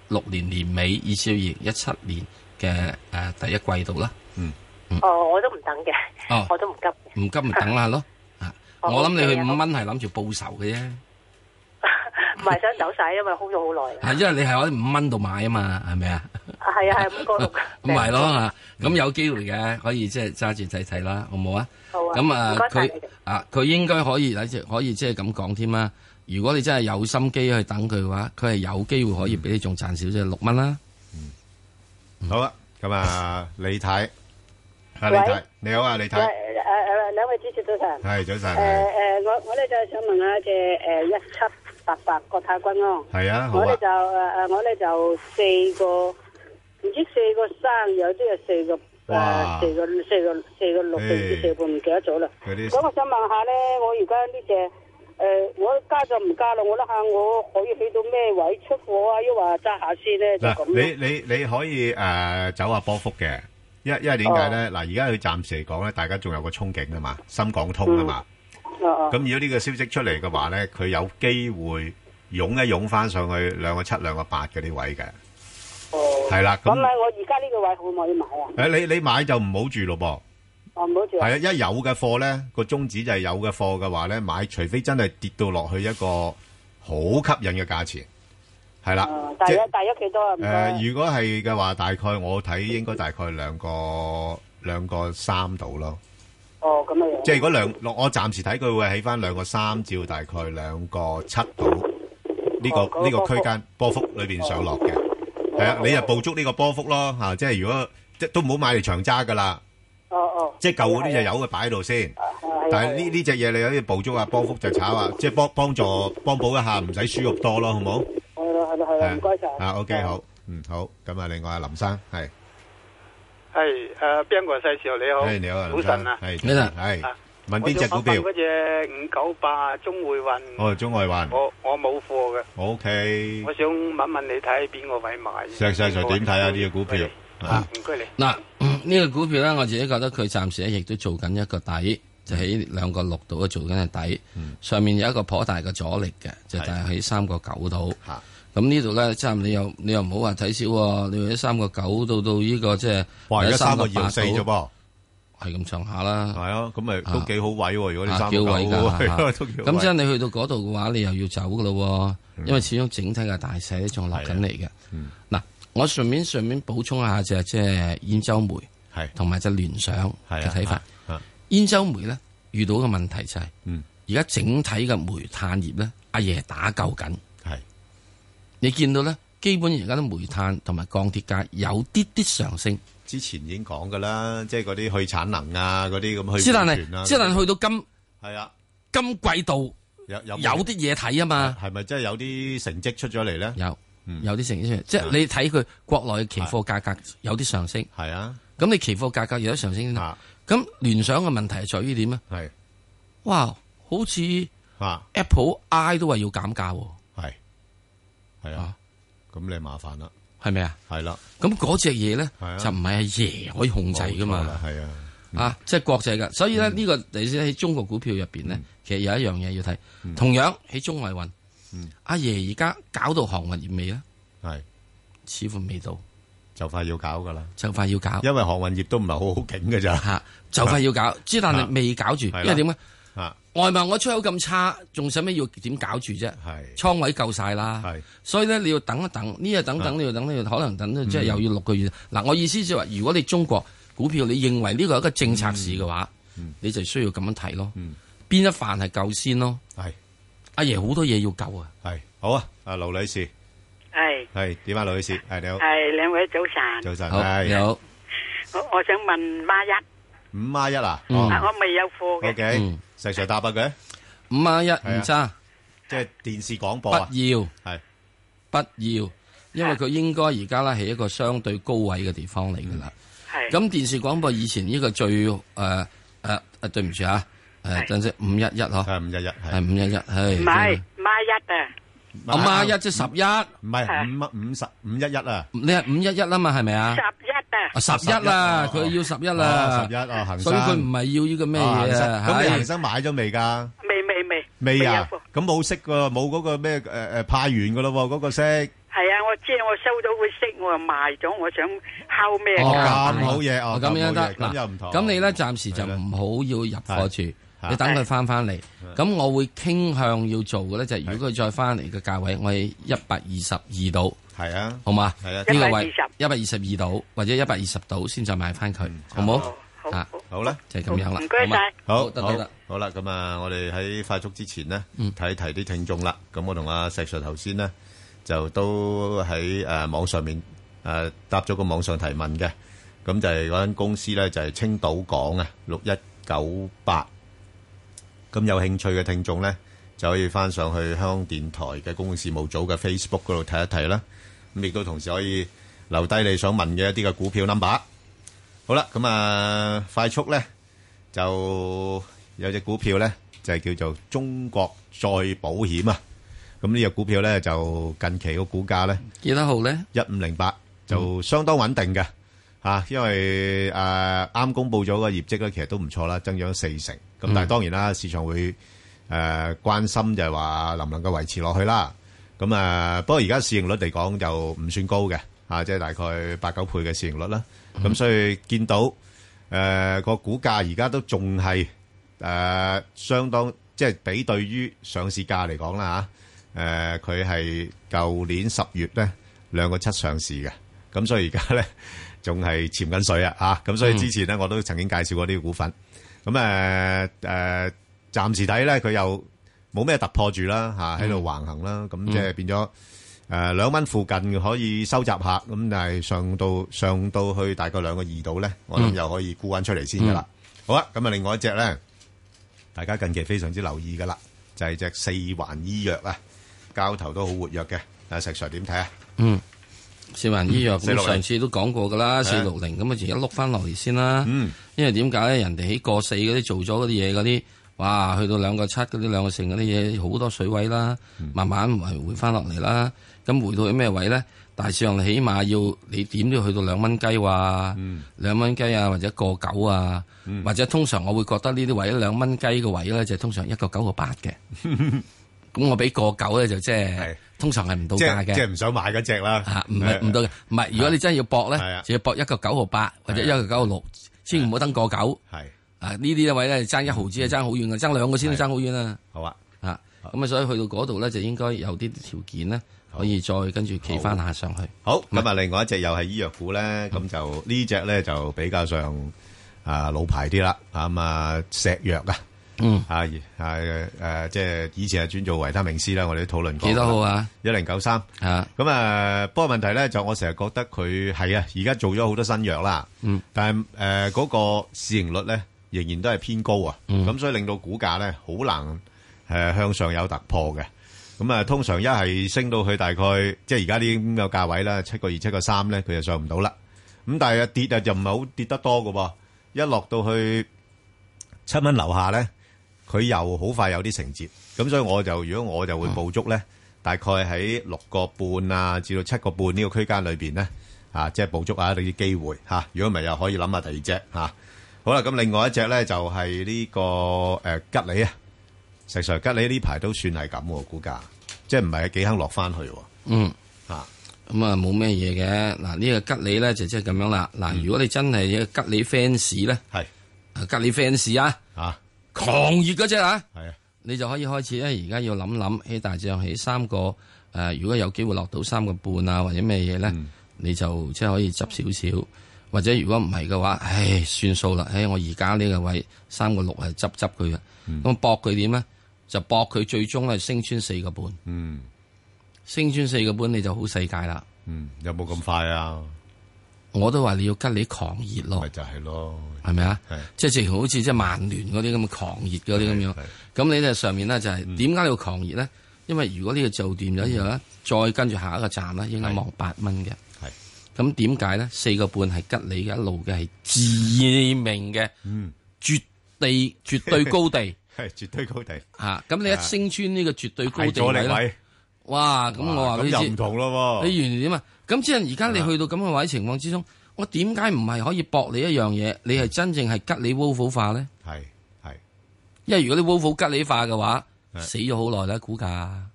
[SPEAKER 4] 六年年尾，以至二零一七年嘅誒、第一季度啦。嗯，
[SPEAKER 13] 哦，我都唔等嘅
[SPEAKER 4] 哦，
[SPEAKER 13] 我都唔急嘅。
[SPEAKER 4] 唔急咪等下咯。
[SPEAKER 13] 哦
[SPEAKER 4] 我諗你
[SPEAKER 13] OK
[SPEAKER 4] 去
[SPEAKER 13] 啊
[SPEAKER 4] 五蚊係諗住報仇嘅啫。
[SPEAKER 13] 唔係想走晒，因為空咗好耐啦。
[SPEAKER 4] 係啊因為你係可以五蚊度買啊嘛，係咪啊？
[SPEAKER 13] 係啊係五個六。
[SPEAKER 4] 咁咪係咯啊，咁有機會嘅，可以即係揸住睇睇啦，好唔好啊？
[SPEAKER 13] 好啊
[SPEAKER 4] 咁啊
[SPEAKER 13] 唔該，晒
[SPEAKER 4] 佢
[SPEAKER 13] 你哋
[SPEAKER 4] 啊，佢應該可以，可以即係咁講添啦。如果你真係有心機去等佢嘅話，佢係有機會可以俾你仲賺少少六蚊啦。
[SPEAKER 3] 好啊，咁啊，李太，啊李太
[SPEAKER 14] 喂，
[SPEAKER 3] 你好啊，李
[SPEAKER 14] 喂誒
[SPEAKER 3] 太，
[SPEAKER 14] 誒，兩位主持早晨。
[SPEAKER 3] 係早
[SPEAKER 14] 誒
[SPEAKER 3] 晨，
[SPEAKER 14] 誒，我我咧就想問下只誒一七八八國泰君安。
[SPEAKER 3] 係啊好啊
[SPEAKER 14] 我咧就誒誒，我咧就四個，唔知四個三，有啲係四個誒
[SPEAKER 3] 哇
[SPEAKER 14] 四個四個四個六定唔知
[SPEAKER 3] 唉
[SPEAKER 14] 四個半，唔記得咗啦。
[SPEAKER 3] 嗰啲
[SPEAKER 14] 咁我想問下咧，我而家呢只誒，我加就唔加啦，我諗下我可以去到咩位出貨啊？抑或揸下先咧？就咁咯。
[SPEAKER 3] 嗱，你你你可以誒走下波幅嘅，因因為點解咧？嗱，而家佢暫時嚟講咧，大家仲有個憧憬啊嘛，深港通啊嘛。
[SPEAKER 14] 哦
[SPEAKER 5] 嗯
[SPEAKER 3] 咁如果呢個消息出嚟嘅話咧，佢有機會湧一湧翻上去兩個七、兩個八嘅呢位嘅。
[SPEAKER 14] 哦。
[SPEAKER 3] 係啦，
[SPEAKER 14] 咁
[SPEAKER 3] 咁
[SPEAKER 14] 咪我而家呢個位可唔可以買啊？
[SPEAKER 3] 誒你你買就唔好住咯噃。
[SPEAKER 14] 我唔好住。
[SPEAKER 3] 係啊，一有嘅貨咧，個宗旨就係有嘅貨嘅話咧，買除非真係跌到落去一個好吸引嘅價錢，係啦，
[SPEAKER 14] 啊大
[SPEAKER 3] 啊即
[SPEAKER 14] 約
[SPEAKER 3] 係
[SPEAKER 14] 大約幾多啊？唔
[SPEAKER 3] 誒、
[SPEAKER 14] 該。
[SPEAKER 3] 如果係嘅話，大概我睇應該大概兩個兩個三度咯，
[SPEAKER 14] 哦，咁樣樣。
[SPEAKER 3] 即係如果兩我暫時睇佢會起翻兩個三至大概兩個七度呢、個
[SPEAKER 14] 哦嗰個
[SPEAKER 3] 呢、個區間波幅裏邊上落嘅，係啊，你就捕捉呢個波幅咯嚇、即係如果即都唔好買嚟長揸噶啦。
[SPEAKER 14] 哦哦。啊
[SPEAKER 3] 即係舊嗰啲就有嘅擺喺度先，但係呢呢只嘢你可以捕捉下波幅就炒啊，即係幫幫助幫補一下，唔使輸肉多咯，好冇？
[SPEAKER 14] 係啦係啦係啦，唔該晒。
[SPEAKER 3] 啊，OK，好，嗯好，咁啊，另外阿林生係，
[SPEAKER 15] 系诶，边个世潮你好？
[SPEAKER 3] 係你好啊，
[SPEAKER 15] 早
[SPEAKER 3] 林
[SPEAKER 15] 晨啊，
[SPEAKER 3] 係
[SPEAKER 4] 早晨
[SPEAKER 3] 係
[SPEAKER 15] 啊
[SPEAKER 3] 問邊只股
[SPEAKER 15] 我
[SPEAKER 3] 票
[SPEAKER 15] 想問？嗰只五九八中汇运，
[SPEAKER 3] 哦，中外環
[SPEAKER 15] 我我冇货嘅，
[SPEAKER 3] ，OK，
[SPEAKER 15] 我想問問你睇边個位買？
[SPEAKER 3] 石 Sir 點睇啊？呢個股票啊，
[SPEAKER 15] 唔該你。
[SPEAKER 4] 嗱，嗯呢個股票咧，我自己覺得佢暫時咧亦都做緊一個底，就喺兩個六度做緊嘅底，
[SPEAKER 3] 嗯
[SPEAKER 4] 上面有一個頗大嘅阻力嘅，就大概喺三個九度。咁呢度咧，即係你又你又唔好話睇少喎，你喺三個九到到呢個即係，
[SPEAKER 3] 哇，而家三個
[SPEAKER 4] 或者
[SPEAKER 3] 二
[SPEAKER 4] 3.8
[SPEAKER 3] 四啫噃，
[SPEAKER 4] 係咁上下啦。
[SPEAKER 3] 係啊，咁咪都幾好位喎，如果你
[SPEAKER 4] 啊
[SPEAKER 3] 三個
[SPEAKER 4] 幾好位㗎
[SPEAKER 3] 係啊 都
[SPEAKER 4] 嚇
[SPEAKER 3] 幾好位嗯
[SPEAKER 4] 咁即係你去到嗰度嘅話，你又要走噶咯喎，因為始終整體嘅大勢都仲落緊嚟
[SPEAKER 3] 啊
[SPEAKER 4] 嘅。嗱，我順便順便補充下就係即係燕州煤，同埋就聯想
[SPEAKER 3] 啊
[SPEAKER 4] 嘅睇法。燕州煤咧遇到嘅問題就係，
[SPEAKER 3] 嗯
[SPEAKER 4] 而家整體嘅煤炭業咧，阿爺係打救緊。
[SPEAKER 3] 係
[SPEAKER 4] 你見到咧，基本而家啲煤炭同埋鋼鐵價有啲啲上升。
[SPEAKER 3] 之前已經講㗎啦，即係嗰啲去產能啊，嗰啲咁去
[SPEAKER 4] 之但
[SPEAKER 3] 庫存啊
[SPEAKER 4] 係，之但係去到今
[SPEAKER 3] 係啊，
[SPEAKER 4] 今季度
[SPEAKER 3] 有有
[SPEAKER 4] 有啲嘢睇啊嘛。
[SPEAKER 3] 係咪真係有啲成績出咗嚟咧？
[SPEAKER 4] 有，
[SPEAKER 3] 嗯
[SPEAKER 4] 有啲成績出嚟，即
[SPEAKER 3] 啊
[SPEAKER 4] 係你睇佢國內嘅期貨價格有啲上升。
[SPEAKER 3] 係啊，
[SPEAKER 4] 咁你期貨價格有啲上升，咁聯想嘅問題係在於點咧？
[SPEAKER 3] 係，
[SPEAKER 4] 哇，好似 Apple I 都話要減價喎。
[SPEAKER 3] 係，係啊，咁你麻煩啦，
[SPEAKER 4] 係咪啊？
[SPEAKER 3] 係啦，
[SPEAKER 4] 咁嗰只嘢咧
[SPEAKER 3] 啊
[SPEAKER 4] 就唔係阿爺可以控制噶嘛。
[SPEAKER 3] 係啊，
[SPEAKER 4] 啊，即係國際㗎。所以咧，呢個你先喺中國股票入邊咧，其實有一樣嘢要睇。同樣喺中外運，阿爺而家搞到航運業未咧？
[SPEAKER 3] 係，
[SPEAKER 4] 似乎未到，
[SPEAKER 3] 就快要搞噶啦，
[SPEAKER 4] 就快要搞。
[SPEAKER 3] 因為航運業都唔係好好景嘅咋，
[SPEAKER 4] 吓就快要搞，之但係未搞住，因為點咧？外貿我出口咁差，仲使咩要點搞住啫？倉位夠晒啦，所以咧你要等一等，呢個等
[SPEAKER 3] 啊
[SPEAKER 4] 等，你要等，你可能等
[SPEAKER 3] 嗯
[SPEAKER 4] 到即係又要六個月。嗱，我意思即係話，如果你中國股票你認為呢個係一個政策市嘅話，
[SPEAKER 3] 嗯
[SPEAKER 4] 你就需要咁樣睇咯。邊一範係夠先咯？
[SPEAKER 3] 係
[SPEAKER 4] 阿爺好多嘢要救啊！
[SPEAKER 3] 係好啊，阿盧女士
[SPEAKER 16] 系
[SPEAKER 3] 係點啊？盧女士係你好，
[SPEAKER 16] 系两位早晨，
[SPEAKER 3] 早晨，
[SPEAKER 4] 好
[SPEAKER 3] 係
[SPEAKER 4] 你好，
[SPEAKER 16] 我我想问孖一，
[SPEAKER 3] 五孖一啊，
[SPEAKER 4] 嗯
[SPEAKER 16] 啊我未有货嘅
[SPEAKER 3] O，K，石 Sir 答啊佢，
[SPEAKER 4] 五孖一唔差，
[SPEAKER 3] 即係電視廣
[SPEAKER 4] 不
[SPEAKER 3] 啊播
[SPEAKER 4] 要
[SPEAKER 3] 啊，
[SPEAKER 4] 係不要，因為佢應該而家咧係一個相對高位嘅地方嚟㗎啦。
[SPEAKER 3] 嗯
[SPEAKER 16] 系
[SPEAKER 4] 咁電視廣播以前呢個最誒誒誒對唔住啊誒，
[SPEAKER 16] 係
[SPEAKER 4] 等陣五一一嗬，
[SPEAKER 3] 係五一一，
[SPEAKER 4] 係五一一，
[SPEAKER 16] 唔
[SPEAKER 3] 嗯
[SPEAKER 16] 系
[SPEAKER 4] 係
[SPEAKER 16] 孖一啊，
[SPEAKER 4] 阿媽一即十一，
[SPEAKER 3] 唔係五五十五一一啊，
[SPEAKER 4] 你係五一一啊嘛係咪啊？
[SPEAKER 16] 十一啊，
[SPEAKER 4] 啊十一啦，佢要十一啦，
[SPEAKER 3] 哦11啊恒生
[SPEAKER 4] 所以佢唔係要呢個咩嘢啊？
[SPEAKER 3] 咁你
[SPEAKER 4] 係
[SPEAKER 3] 恒生買咗未㗎？
[SPEAKER 16] 未未未，
[SPEAKER 3] 未啊？咁冇息㗎，冇嗰個咩誒誒派完㗎咯喎，嗰個息。
[SPEAKER 16] 系啊，我知我收到佢息，我又賣咗，我想敲咩
[SPEAKER 4] 哦
[SPEAKER 16] 價？
[SPEAKER 3] 咁好嘢哦
[SPEAKER 4] 咁樣得
[SPEAKER 3] 咁好嘢咁
[SPEAKER 4] 嗱
[SPEAKER 3] 又唔同
[SPEAKER 4] 咁你咧暫時就唔好要入貨住，你等佢翻翻嚟。咁我會傾向要做嘅咧，就係如果佢再翻嚟嘅價位，我係一百二十二度，
[SPEAKER 3] 係啊，
[SPEAKER 4] 好嘛？
[SPEAKER 3] 係啊
[SPEAKER 4] 呢個位
[SPEAKER 16] 120
[SPEAKER 4] 一百二十二度或者一百二十度先再買翻佢，好冇？啊，
[SPEAKER 3] 好啦，
[SPEAKER 4] 就係咁樣啦。
[SPEAKER 16] 唔該晒
[SPEAKER 3] 嗯好，
[SPEAKER 4] 得
[SPEAKER 3] 好，
[SPEAKER 4] 得得。
[SPEAKER 3] 好啦，咁啊，我哋喺快速之前呢，睇一睇啲聽眾啦。咁我同阿石Sir頭先呢，就都喺，呃，網上面，呃，答咗個網上提問嘅。咁就係嗰間公司呢，就係青島港啊，6198。咁有興趣嘅聽眾呢，就可以返上去香港電台嘅公共事務組嘅Facebook嗰度睇一睇啦。咁亦都同時可以留低你想問嘅一啲嘅股票number。好啦，咁啊，快速呢，就有隻股票咧，就係叫做中國再保險啊。咁呢只股票咧，就近期個股價咧，
[SPEAKER 4] 幾多號咧？
[SPEAKER 3] 一五零八就相當穩定嘅嚇、啊因為誒啱、公布咗個業績咧，其實都唔錯啦，增長四成。咁但係
[SPEAKER 2] 嗯
[SPEAKER 3] 當然啦，市場會誒、呃、關心就係話能唔能夠維持落去啦。咁啊，不過而家市盈率嚟講就唔算高嘅啊，即係大概八九倍嘅市盈率啦。咁、所以見到誒、呃、個股價而家都仲係誒相當，即係比對於上市價嚟講啦嚇。誒佢係舊年十月咧兩個七上市嘅，咁所以而家咧 仲係潛緊水啊嚇。咁所以
[SPEAKER 2] 嗯
[SPEAKER 3] 之前咧我都曾經介紹過呢個股份。咁誒誒，暫時睇咧佢又冇咩突破住啦嚇，喺度
[SPEAKER 2] 嗯
[SPEAKER 3] 橫行啦。咁
[SPEAKER 2] 嗯
[SPEAKER 3] 即係變咗。誒兩蚊附近可以收集下，咁但係上到上到去大概兩個二度咧，我諗
[SPEAKER 2] 嗯
[SPEAKER 3] 又可以沽翻出嚟先噶啦。好啊，咁啊，另外一隻咧，大家近期非常之留意噶啦，就係、隻四環醫藥啊，交投都好活躍嘅。阿石 Sir 點睇啊？
[SPEAKER 4] 嗯，四環醫藥
[SPEAKER 3] 四六
[SPEAKER 4] 咁
[SPEAKER 3] 零
[SPEAKER 4] 上次都講過噶啦，四六零咁啊，嗯而家碌翻落嚟先啦。因為點解咧？人哋喺過四嗰啲做咗嗰啲嘢嗰啲，哇，去到兩個七嗰啲兩個成嗰啲嘢，好多水位啦，慢慢係回翻落嚟啦。咁回到去咩位咧？大市上起碼要你點都要去到兩蚊雞喎，
[SPEAKER 2] 嗯
[SPEAKER 4] 兩蚊雞啊，或者個九啊，或者通常我會覺得呢啲位兩蚊雞嘅位咧，就通常一個九個八嘅。 咁我俾個九咧就即係通常係唔到
[SPEAKER 3] 即
[SPEAKER 4] 價
[SPEAKER 3] 係
[SPEAKER 4] 嘅。
[SPEAKER 3] 即係唔想買嗰只啦。
[SPEAKER 4] 啊，唔係唔到嘅，唔係。如果你真係啊要搏咧，就要搏一個九毫八或者一個九毫六，千祈唔好登過九。
[SPEAKER 3] 係
[SPEAKER 4] 啊，呢啲位咧爭一毫子係爭好遠嘅，爭兩個先都爭好遠啦。
[SPEAKER 3] 好啊，
[SPEAKER 4] 啊，咁啊，所以去到嗰度咧，就應該有啲條件咧，可以再跟住企翻下上去。
[SPEAKER 3] 好，咁啊，另外一隻又係醫藥股咧，
[SPEAKER 4] 嗯
[SPEAKER 3] 咁就呢只咧就比較上啊老牌啲啦，咁啊石藥啊，
[SPEAKER 4] 嗯，
[SPEAKER 3] 啊啊誒，即係以前係專做維他命 C 啦，我哋都討論過。
[SPEAKER 4] 幾多號啊？
[SPEAKER 3] 一零九三
[SPEAKER 4] 啊，
[SPEAKER 3] 咁啊，不過問題咧就我成日覺得佢係啊，而家做咗好多新藥啦，
[SPEAKER 4] 嗯，
[SPEAKER 3] 但係誒嗰個市盈率咧仍然都係偏高啊，
[SPEAKER 2] 嗯
[SPEAKER 3] 咁所以令到股價咧好難誒向上有突破嘅。咁啊，通常一係升到去大概即係而家啲咁嘅價位啦，七個二、七個三咧，佢就上唔到啦。咁但係跌啊，就唔係好跌得多嘅喎，一落到去七蚊樓下咧，佢又好快有啲承接。咁所以我就如果我就會捕捉咧，大概喺六個半啊至到七個半呢個區間裏邊咧，啊，即係捕捉下一啲機會嚇、如果唔係又可以諗下第二隻嚇。好啦，咁另外一隻咧就係呢、個呃吉利啊，石 Sir 吉利呢排都算係咁喎，股價即係唔係幾肯落翻去喎。
[SPEAKER 4] 嗯
[SPEAKER 3] 啊，
[SPEAKER 4] 咁啊冇咩嘢嘅。嗱呢個吉利咧就即係咁樣啦。嗱，如果你真係有吉利 fans 咧，
[SPEAKER 3] 係
[SPEAKER 4] 吉利 fans 啊，
[SPEAKER 3] 啊
[SPEAKER 4] 狂熱嗰只啊，
[SPEAKER 3] 係啊，
[SPEAKER 4] 你就可以開始咧。而家要諗諗，起大致上起三個誒、呃如果有機會落到三個半啊，或者咩嘢咧，你就即係可以執少少。或者如果唔係嘅話，唉，算數啦。哎唉，我而家呢個位三個六係執執佢嘅，咁搏佢點咧？就搏佢最終係升穿四個半。
[SPEAKER 3] 嗯，
[SPEAKER 4] 升穿四個半你就好世界啦。
[SPEAKER 3] 嗯，有冇咁快
[SPEAKER 4] 哦
[SPEAKER 3] 啊？
[SPEAKER 4] 我都話你要吉你狂熱咯，
[SPEAKER 3] 咪就係咯，
[SPEAKER 4] 係咪啊？即係直情好似即係曼聯嗰啲咁嘅狂熱嗰啲咁樣。咁你咧上面咧就
[SPEAKER 3] 嗯
[SPEAKER 4] 係點解你要狂熱咧？因為如果呢個做掂咗之後咧，再跟住下一個站咧，應該望八蚊嘅。
[SPEAKER 3] 係
[SPEAKER 4] 咁點解咧？四個半係吉你嘅一路嘅係致命嘅，
[SPEAKER 3] 嗯，
[SPEAKER 4] 絕地絕對高地
[SPEAKER 3] 係絕對高地
[SPEAKER 4] 嚇。咁你一升穿呢個絕對
[SPEAKER 3] 大
[SPEAKER 4] 高地
[SPEAKER 3] 啊阻力
[SPEAKER 4] 位咧
[SPEAKER 3] 位，
[SPEAKER 4] 哇！咁我話
[SPEAKER 3] 哇
[SPEAKER 4] 俾你
[SPEAKER 3] 咁
[SPEAKER 4] 知
[SPEAKER 3] 又唔同咯喎
[SPEAKER 4] 你完全點啊？咁即係而家你去到咁嘅位情況之中，我點解唔係可以搏你一樣嘢？你係真正係吉你 w o l f 化咧？
[SPEAKER 3] 係係，
[SPEAKER 4] 因為如果你 w o l f 吉你化嘅話，死咗好耐啦，股價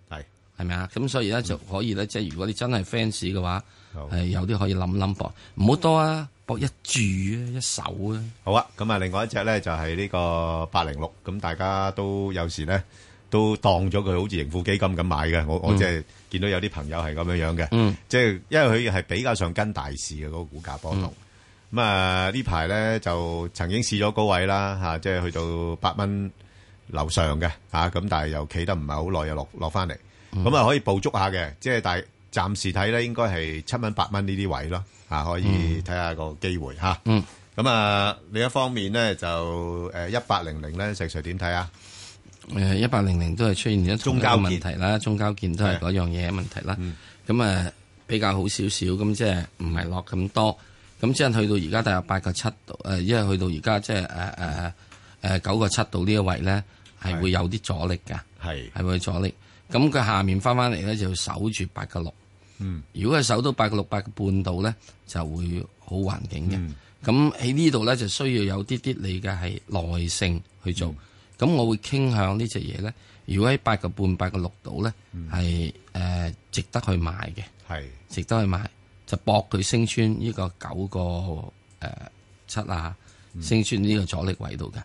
[SPEAKER 3] 係
[SPEAKER 4] 係咪啊？咁所以咧就可以咧，即係如果你真係 fans 嘅話，
[SPEAKER 3] 嗯好
[SPEAKER 4] 係有啲可以諗諗搏，唔好多啊，搏一注啊，一手啊。
[SPEAKER 3] 好啊，咁啊，另外一隻咧就係呢個八零六，咁大家都有時咧都當咗佢好似盈富基金咁買嘅，我我
[SPEAKER 2] 嗯
[SPEAKER 3] 即係見到有啲朋友係咁樣樣嘅，
[SPEAKER 2] 嗯
[SPEAKER 3] 即係因為佢係比較上跟大市嘅嗰、個股價波動。咁啊呢排咧就曾經試咗高位啦，嚇、即係去到八蚊樓上嘅嚇，咁、但係又企得唔係好耐，又落落翻嚟，咁啊、可以捕捉下嘅，即係但係暫時睇咧應該係七蚊八蚊呢啲位咯，嚇、可以睇下個機會嚇。
[SPEAKER 4] 嗯
[SPEAKER 3] 咁啊，另一方面咧就誒一八零零咧，石 Sir 點睇啊？
[SPEAKER 4] 誒一八零零都係出現咗
[SPEAKER 3] 中
[SPEAKER 4] 中
[SPEAKER 3] 交
[SPEAKER 4] 交
[SPEAKER 3] 建嗯
[SPEAKER 4] 問題啦，中交建都係嗰樣嘢問題啦。咁誒、比較好少少，咁即係唔係落咁多。咁即係去到而家大約八個七度，誒因為去到而家即係誒誒誒九個七度呢一位咧，係會有啲阻力㗎，
[SPEAKER 3] 係
[SPEAKER 4] 係會有阻力。咁佢下面翻翻嚟咧就要守住八個六。
[SPEAKER 3] 嗯，
[SPEAKER 4] 如果係守到八個六、八個半度咧，就會好環境嘅。咁喺呢度咧就需要有啲啲你嘅係耐性去做。咁、我會傾向呢只嘢咧，如果喺八個半、八個六度咧，係誒、呃值得去買嘅，
[SPEAKER 3] 係
[SPEAKER 4] 值得去買，就搏佢升穿呢個九個誒七啊，升穿呢個阻力位度嘅。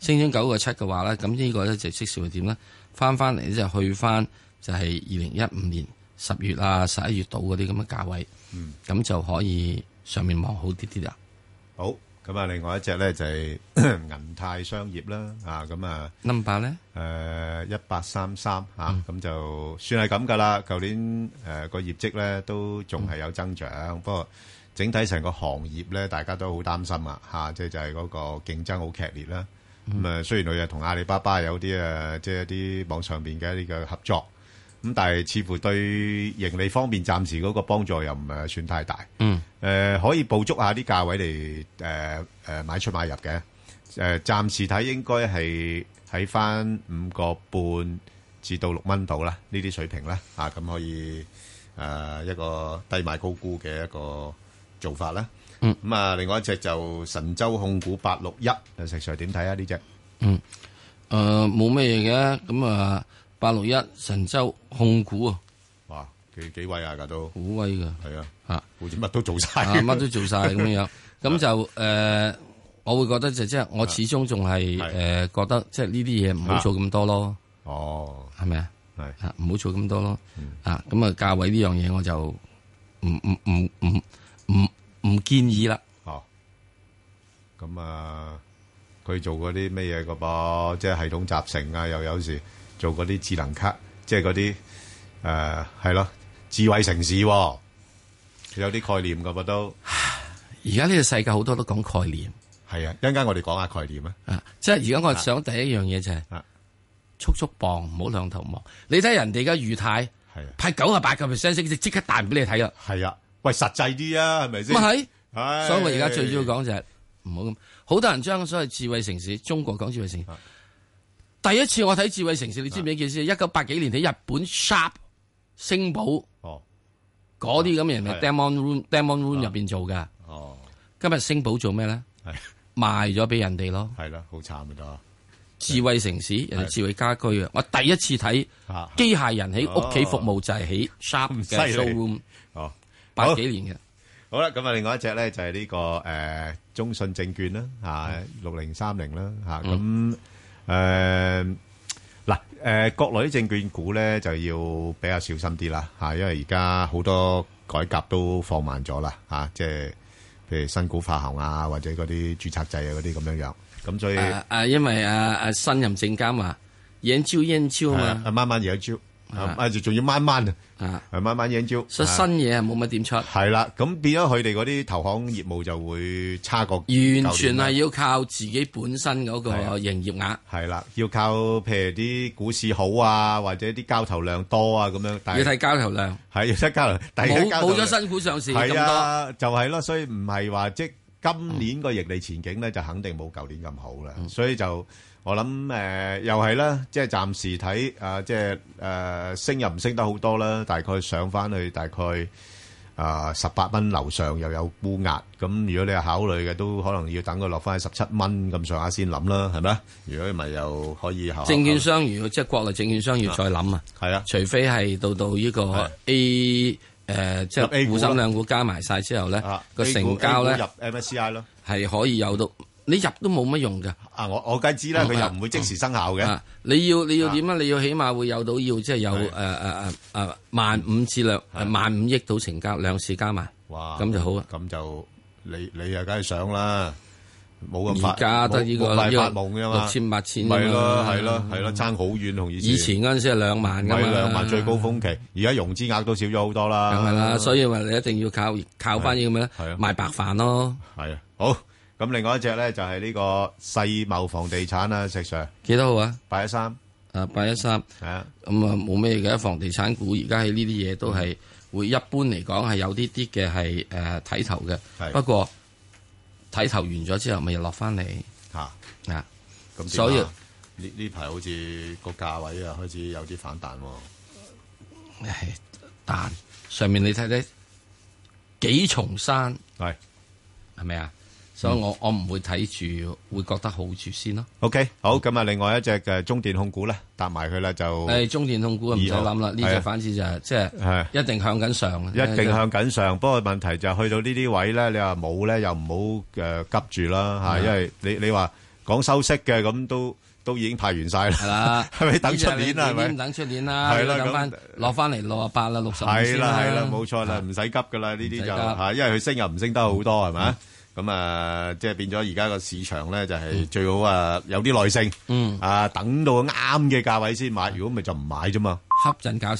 [SPEAKER 4] 升穿九個七嘅話咧，咁呢個咧就即時會點咧？翻翻嚟咧就去翻就係二零一五年十月啊、十一月度嗰啲咁嘅價位，
[SPEAKER 3] 嗯
[SPEAKER 4] 咁就可以上面望好啲啲啦。
[SPEAKER 3] 好，咁啊，另外一隻咧就係 銀泰商業啦，啊，咁啊
[SPEAKER 4] ，number 咧，
[SPEAKER 3] 呃誒一八三三嚇，咁就算係咁噶啦。舊年誒個業績咧都仲係有增長，不過整體成個行業咧，大家都好擔心啊嚇，即係就係嗰個競爭好劇烈啦。咁啊，雖然佢又同阿里巴巴有啲誒，即係一啲網上邊嘅一啲嘅合作，咁但係似乎對盈利方面暫時嗰個幫助又唔係算太大。
[SPEAKER 4] 嗯。
[SPEAKER 3] 誒、呃可以捕捉下啲價位嚟誒誒買出買入嘅。誒、暫時睇應該係喺翻五個半至到六蚊度啦，呢啲水平啦，啊咁可以誒、一個低買高沽嘅一個做法啦。
[SPEAKER 4] 嗯
[SPEAKER 3] 咁啊，另外一隻就神州控股八六一，石 Sir 點睇啊？呢只
[SPEAKER 4] 嗯，誒冇咩嘢嘅，咁啊八六一神州控股啊，
[SPEAKER 3] 哇，幾幾威啊，噶都
[SPEAKER 4] 好威噶，
[SPEAKER 3] 係啊，
[SPEAKER 4] 嚇，
[SPEAKER 3] 好似乜都做晒，
[SPEAKER 4] 啊乜都做晒咁 樣，咁就誒，我會覺得就即係我始終仲啊係誒覺得即係呢啲嘢唔好做咁多咯。
[SPEAKER 3] 哦，
[SPEAKER 4] 係咪啊？
[SPEAKER 3] 係
[SPEAKER 4] 啊，唔好做咁多咯。啊，咁啊，價位呢樣嘢我就唔唔唔唔唔唔建議啦。
[SPEAKER 3] 哦，咁啊，佢做嗰啲咩嘢噶噃？即係系統集成啊，又有時做嗰啲智能卡，即係嗰啲誒係咯，智慧城市、喎，有啲概念噶噃都。
[SPEAKER 4] 而家呢個世界好多都講概念。
[SPEAKER 3] 係啊，一陣間我哋講下概念啊。
[SPEAKER 4] 啊，即係而家我想第一樣嘢就係速速磅，唔好兩頭望。你睇人哋嘅裕泰
[SPEAKER 3] 係
[SPEAKER 4] 派九啊八個 percent 息，即即刻彈俾你睇啦。
[SPEAKER 3] 係啊，喂，實際啲啊，係咪先？
[SPEAKER 4] 咪係
[SPEAKER 3] 唉
[SPEAKER 4] 所以我而家最主要講就係唔好咁。好多人將所謂智慧城市，中國講智慧城市。
[SPEAKER 3] 啊
[SPEAKER 4] 第一次我睇智慧城市，你知唔知件事？一九八幾年喺日本 Sharp 星寶
[SPEAKER 3] 哦，
[SPEAKER 4] 嗰啲咁嘅人咪
[SPEAKER 3] 啊係
[SPEAKER 4] Demon Room、Demon Room 入邊做噶。
[SPEAKER 3] 哦，
[SPEAKER 4] 今日星寶做咩咧？
[SPEAKER 3] 係
[SPEAKER 4] 賣咗俾人哋咯。
[SPEAKER 3] 係啦，好慘嘅都。
[SPEAKER 4] 智慧城市，人哋智慧家居啊！我第一次睇機械人喺屋企服務就係喺 Sharp
[SPEAKER 3] 啊
[SPEAKER 4] 嘅
[SPEAKER 3] 哦犀利
[SPEAKER 4] showroom，
[SPEAKER 3] 哦，
[SPEAKER 4] 八
[SPEAKER 3] 好
[SPEAKER 4] 幾年嘅。
[SPEAKER 3] 好啦，咁啊，另外一隻咧就係呢個誒中信證券啦，嚇六零三零啦，嚇咁誒嗱誒國內啲證券股咧就要比較小心啲啦，嚇，因為而家好多改革都放慢咗啦，嚇，即係譬如新股發行啊，或者嗰啲註冊制啊嗰啲咁樣樣，咁所以
[SPEAKER 4] 誒誒，因為啊啊新任證監話引招引招
[SPEAKER 3] 係
[SPEAKER 4] 啊
[SPEAKER 3] 啊
[SPEAKER 4] 嘛，
[SPEAKER 3] 啊慢慢有招，啊啊仲要慢慢
[SPEAKER 4] 啊，
[SPEAKER 3] 係慢慢影招，
[SPEAKER 4] 所以
[SPEAKER 3] 啊
[SPEAKER 4] 新嘢冇乜點出。
[SPEAKER 3] 系啦，咁變咗佢哋嗰啲投行業務就會差過
[SPEAKER 4] 完
[SPEAKER 3] 舊
[SPEAKER 4] 全
[SPEAKER 3] 年啦
[SPEAKER 4] 係要靠自己本身嗰個
[SPEAKER 3] 係啊
[SPEAKER 4] 營業額。
[SPEAKER 3] 係啦，要靠譬如啲股市好啊，或者啲交投量多啊咁樣。但係
[SPEAKER 4] 要睇交投量，
[SPEAKER 3] 係要睇交投，但係而
[SPEAKER 4] 冇
[SPEAKER 3] 家交投
[SPEAKER 4] 冇
[SPEAKER 3] 量
[SPEAKER 4] 咗新股上市咁
[SPEAKER 3] 係
[SPEAKER 4] 多，
[SPEAKER 3] 啊，就係咯，所以唔係話即係今年個盈利前景咧，就肯定冇舊年咁好啦。所以就我諗誒、呃又係啦，即係暫時睇啊、即係誒、呃升又唔升得好多啦，大概上翻去大概。啊，十八蚊樓上又有沽壓，咁如果你係考慮嘅，都可能要等佢落翻去十七蚊咁上下先諗啦，係咪？如果唔係又可以考
[SPEAKER 4] 證券商如果即係國內證券商要再諗啊，
[SPEAKER 3] 係啊，
[SPEAKER 4] 除非係到到呢個 A 誒，即
[SPEAKER 3] 入 A
[SPEAKER 4] 係
[SPEAKER 3] 股
[SPEAKER 4] 滬深
[SPEAKER 3] 啦
[SPEAKER 4] 兩股加埋晒之後咧，個
[SPEAKER 3] A 股
[SPEAKER 4] 成交
[SPEAKER 3] A
[SPEAKER 4] 咧
[SPEAKER 3] 股入 MSCI 咯，
[SPEAKER 4] 係可以有到，你入都冇乜用嘅。
[SPEAKER 3] 啊，我我梗係知啦，佢
[SPEAKER 4] 啊
[SPEAKER 3] 又唔會即時生效嘅。
[SPEAKER 4] 啊你要你要點啊？你要起碼會有到要即係有誒誒誒誒萬五至兩誒萬五億到成交兩市加埋，
[SPEAKER 3] 哇！
[SPEAKER 4] 咁就好啊。
[SPEAKER 3] 咁就你你啊，梗係想啦，冇咁快，
[SPEAKER 4] 而家得呢個
[SPEAKER 3] 冇冇快
[SPEAKER 4] 呢個
[SPEAKER 3] 發夢㗎嘛，
[SPEAKER 4] 六千八千啊
[SPEAKER 3] 咪咯，
[SPEAKER 4] 啫嘛
[SPEAKER 3] 係咯，係咯，爭好遠同以前。
[SPEAKER 4] 以前嗰陣時係兩萬㗎
[SPEAKER 3] 咪
[SPEAKER 4] 嘛，
[SPEAKER 3] 兩萬最高峰期，啊而家融資額都少咗好多啦。
[SPEAKER 4] 梗係啦，所以話你一定要靠靠翻呢咁樣賣白飯咯。
[SPEAKER 3] 係啊，好。咁另外一隻咧就係呢個世茂房地產啦，石 Sir
[SPEAKER 4] 幾多號啊？
[SPEAKER 3] 八一三，
[SPEAKER 4] 啊八一三，
[SPEAKER 3] 係啊，
[SPEAKER 4] 咁啊冇咩嘅，房地產股而家喺呢啲嘢都係會一般嚟講係有啲啲嘅係誒睇頭嘅，不過睇頭完咗之後咪又落翻嚟
[SPEAKER 3] 嚇
[SPEAKER 4] 啊，
[SPEAKER 3] 咁
[SPEAKER 4] 所以
[SPEAKER 3] 點啊呢呢排好似個價位啊開始有啲反彈喎。
[SPEAKER 4] 唉但上面你睇睇幾重山
[SPEAKER 3] 係
[SPEAKER 4] 係咪啊？所
[SPEAKER 3] 嗯
[SPEAKER 4] 以我我唔會睇住，會覺得好住先咯。
[SPEAKER 3] OK，好，咁啊，另外一隻嘅中電控股咧，搭埋佢啦就。
[SPEAKER 4] 誒中電控股唔使諗啦，呢
[SPEAKER 3] 係啊
[SPEAKER 4] 隻反之就係即
[SPEAKER 3] 係
[SPEAKER 4] 係一定向緊上嘅，
[SPEAKER 3] 一定向緊上，不過問題就係去到呢啲位咧，你話冇咧又唔好誒急住啦嚇，
[SPEAKER 4] 係啊
[SPEAKER 3] 因為你你話講收息嘅咁都都已經派完晒啦，
[SPEAKER 4] 係啦，
[SPEAKER 3] 係咪等出年啦？係
[SPEAKER 4] 呢隻你點
[SPEAKER 3] 咪？
[SPEAKER 4] 等出年啦，
[SPEAKER 3] 係
[SPEAKER 4] 係
[SPEAKER 3] 啦咁
[SPEAKER 4] 啦，等翻落翻嚟六啊八啦，六十
[SPEAKER 3] 係啦係啦，冇錯啦，唔使急噶啦，呢啲就
[SPEAKER 4] 唔使急
[SPEAKER 3] 嚇，因為佢升又唔升得好多係咪？咁啊，即係變咗而家個市場咧就係最好啊有啲耐性，
[SPEAKER 4] 嗯
[SPEAKER 3] 啊等到啱嘅價位先買，如果咪就唔買啫嘛。
[SPEAKER 4] 恰陣搞。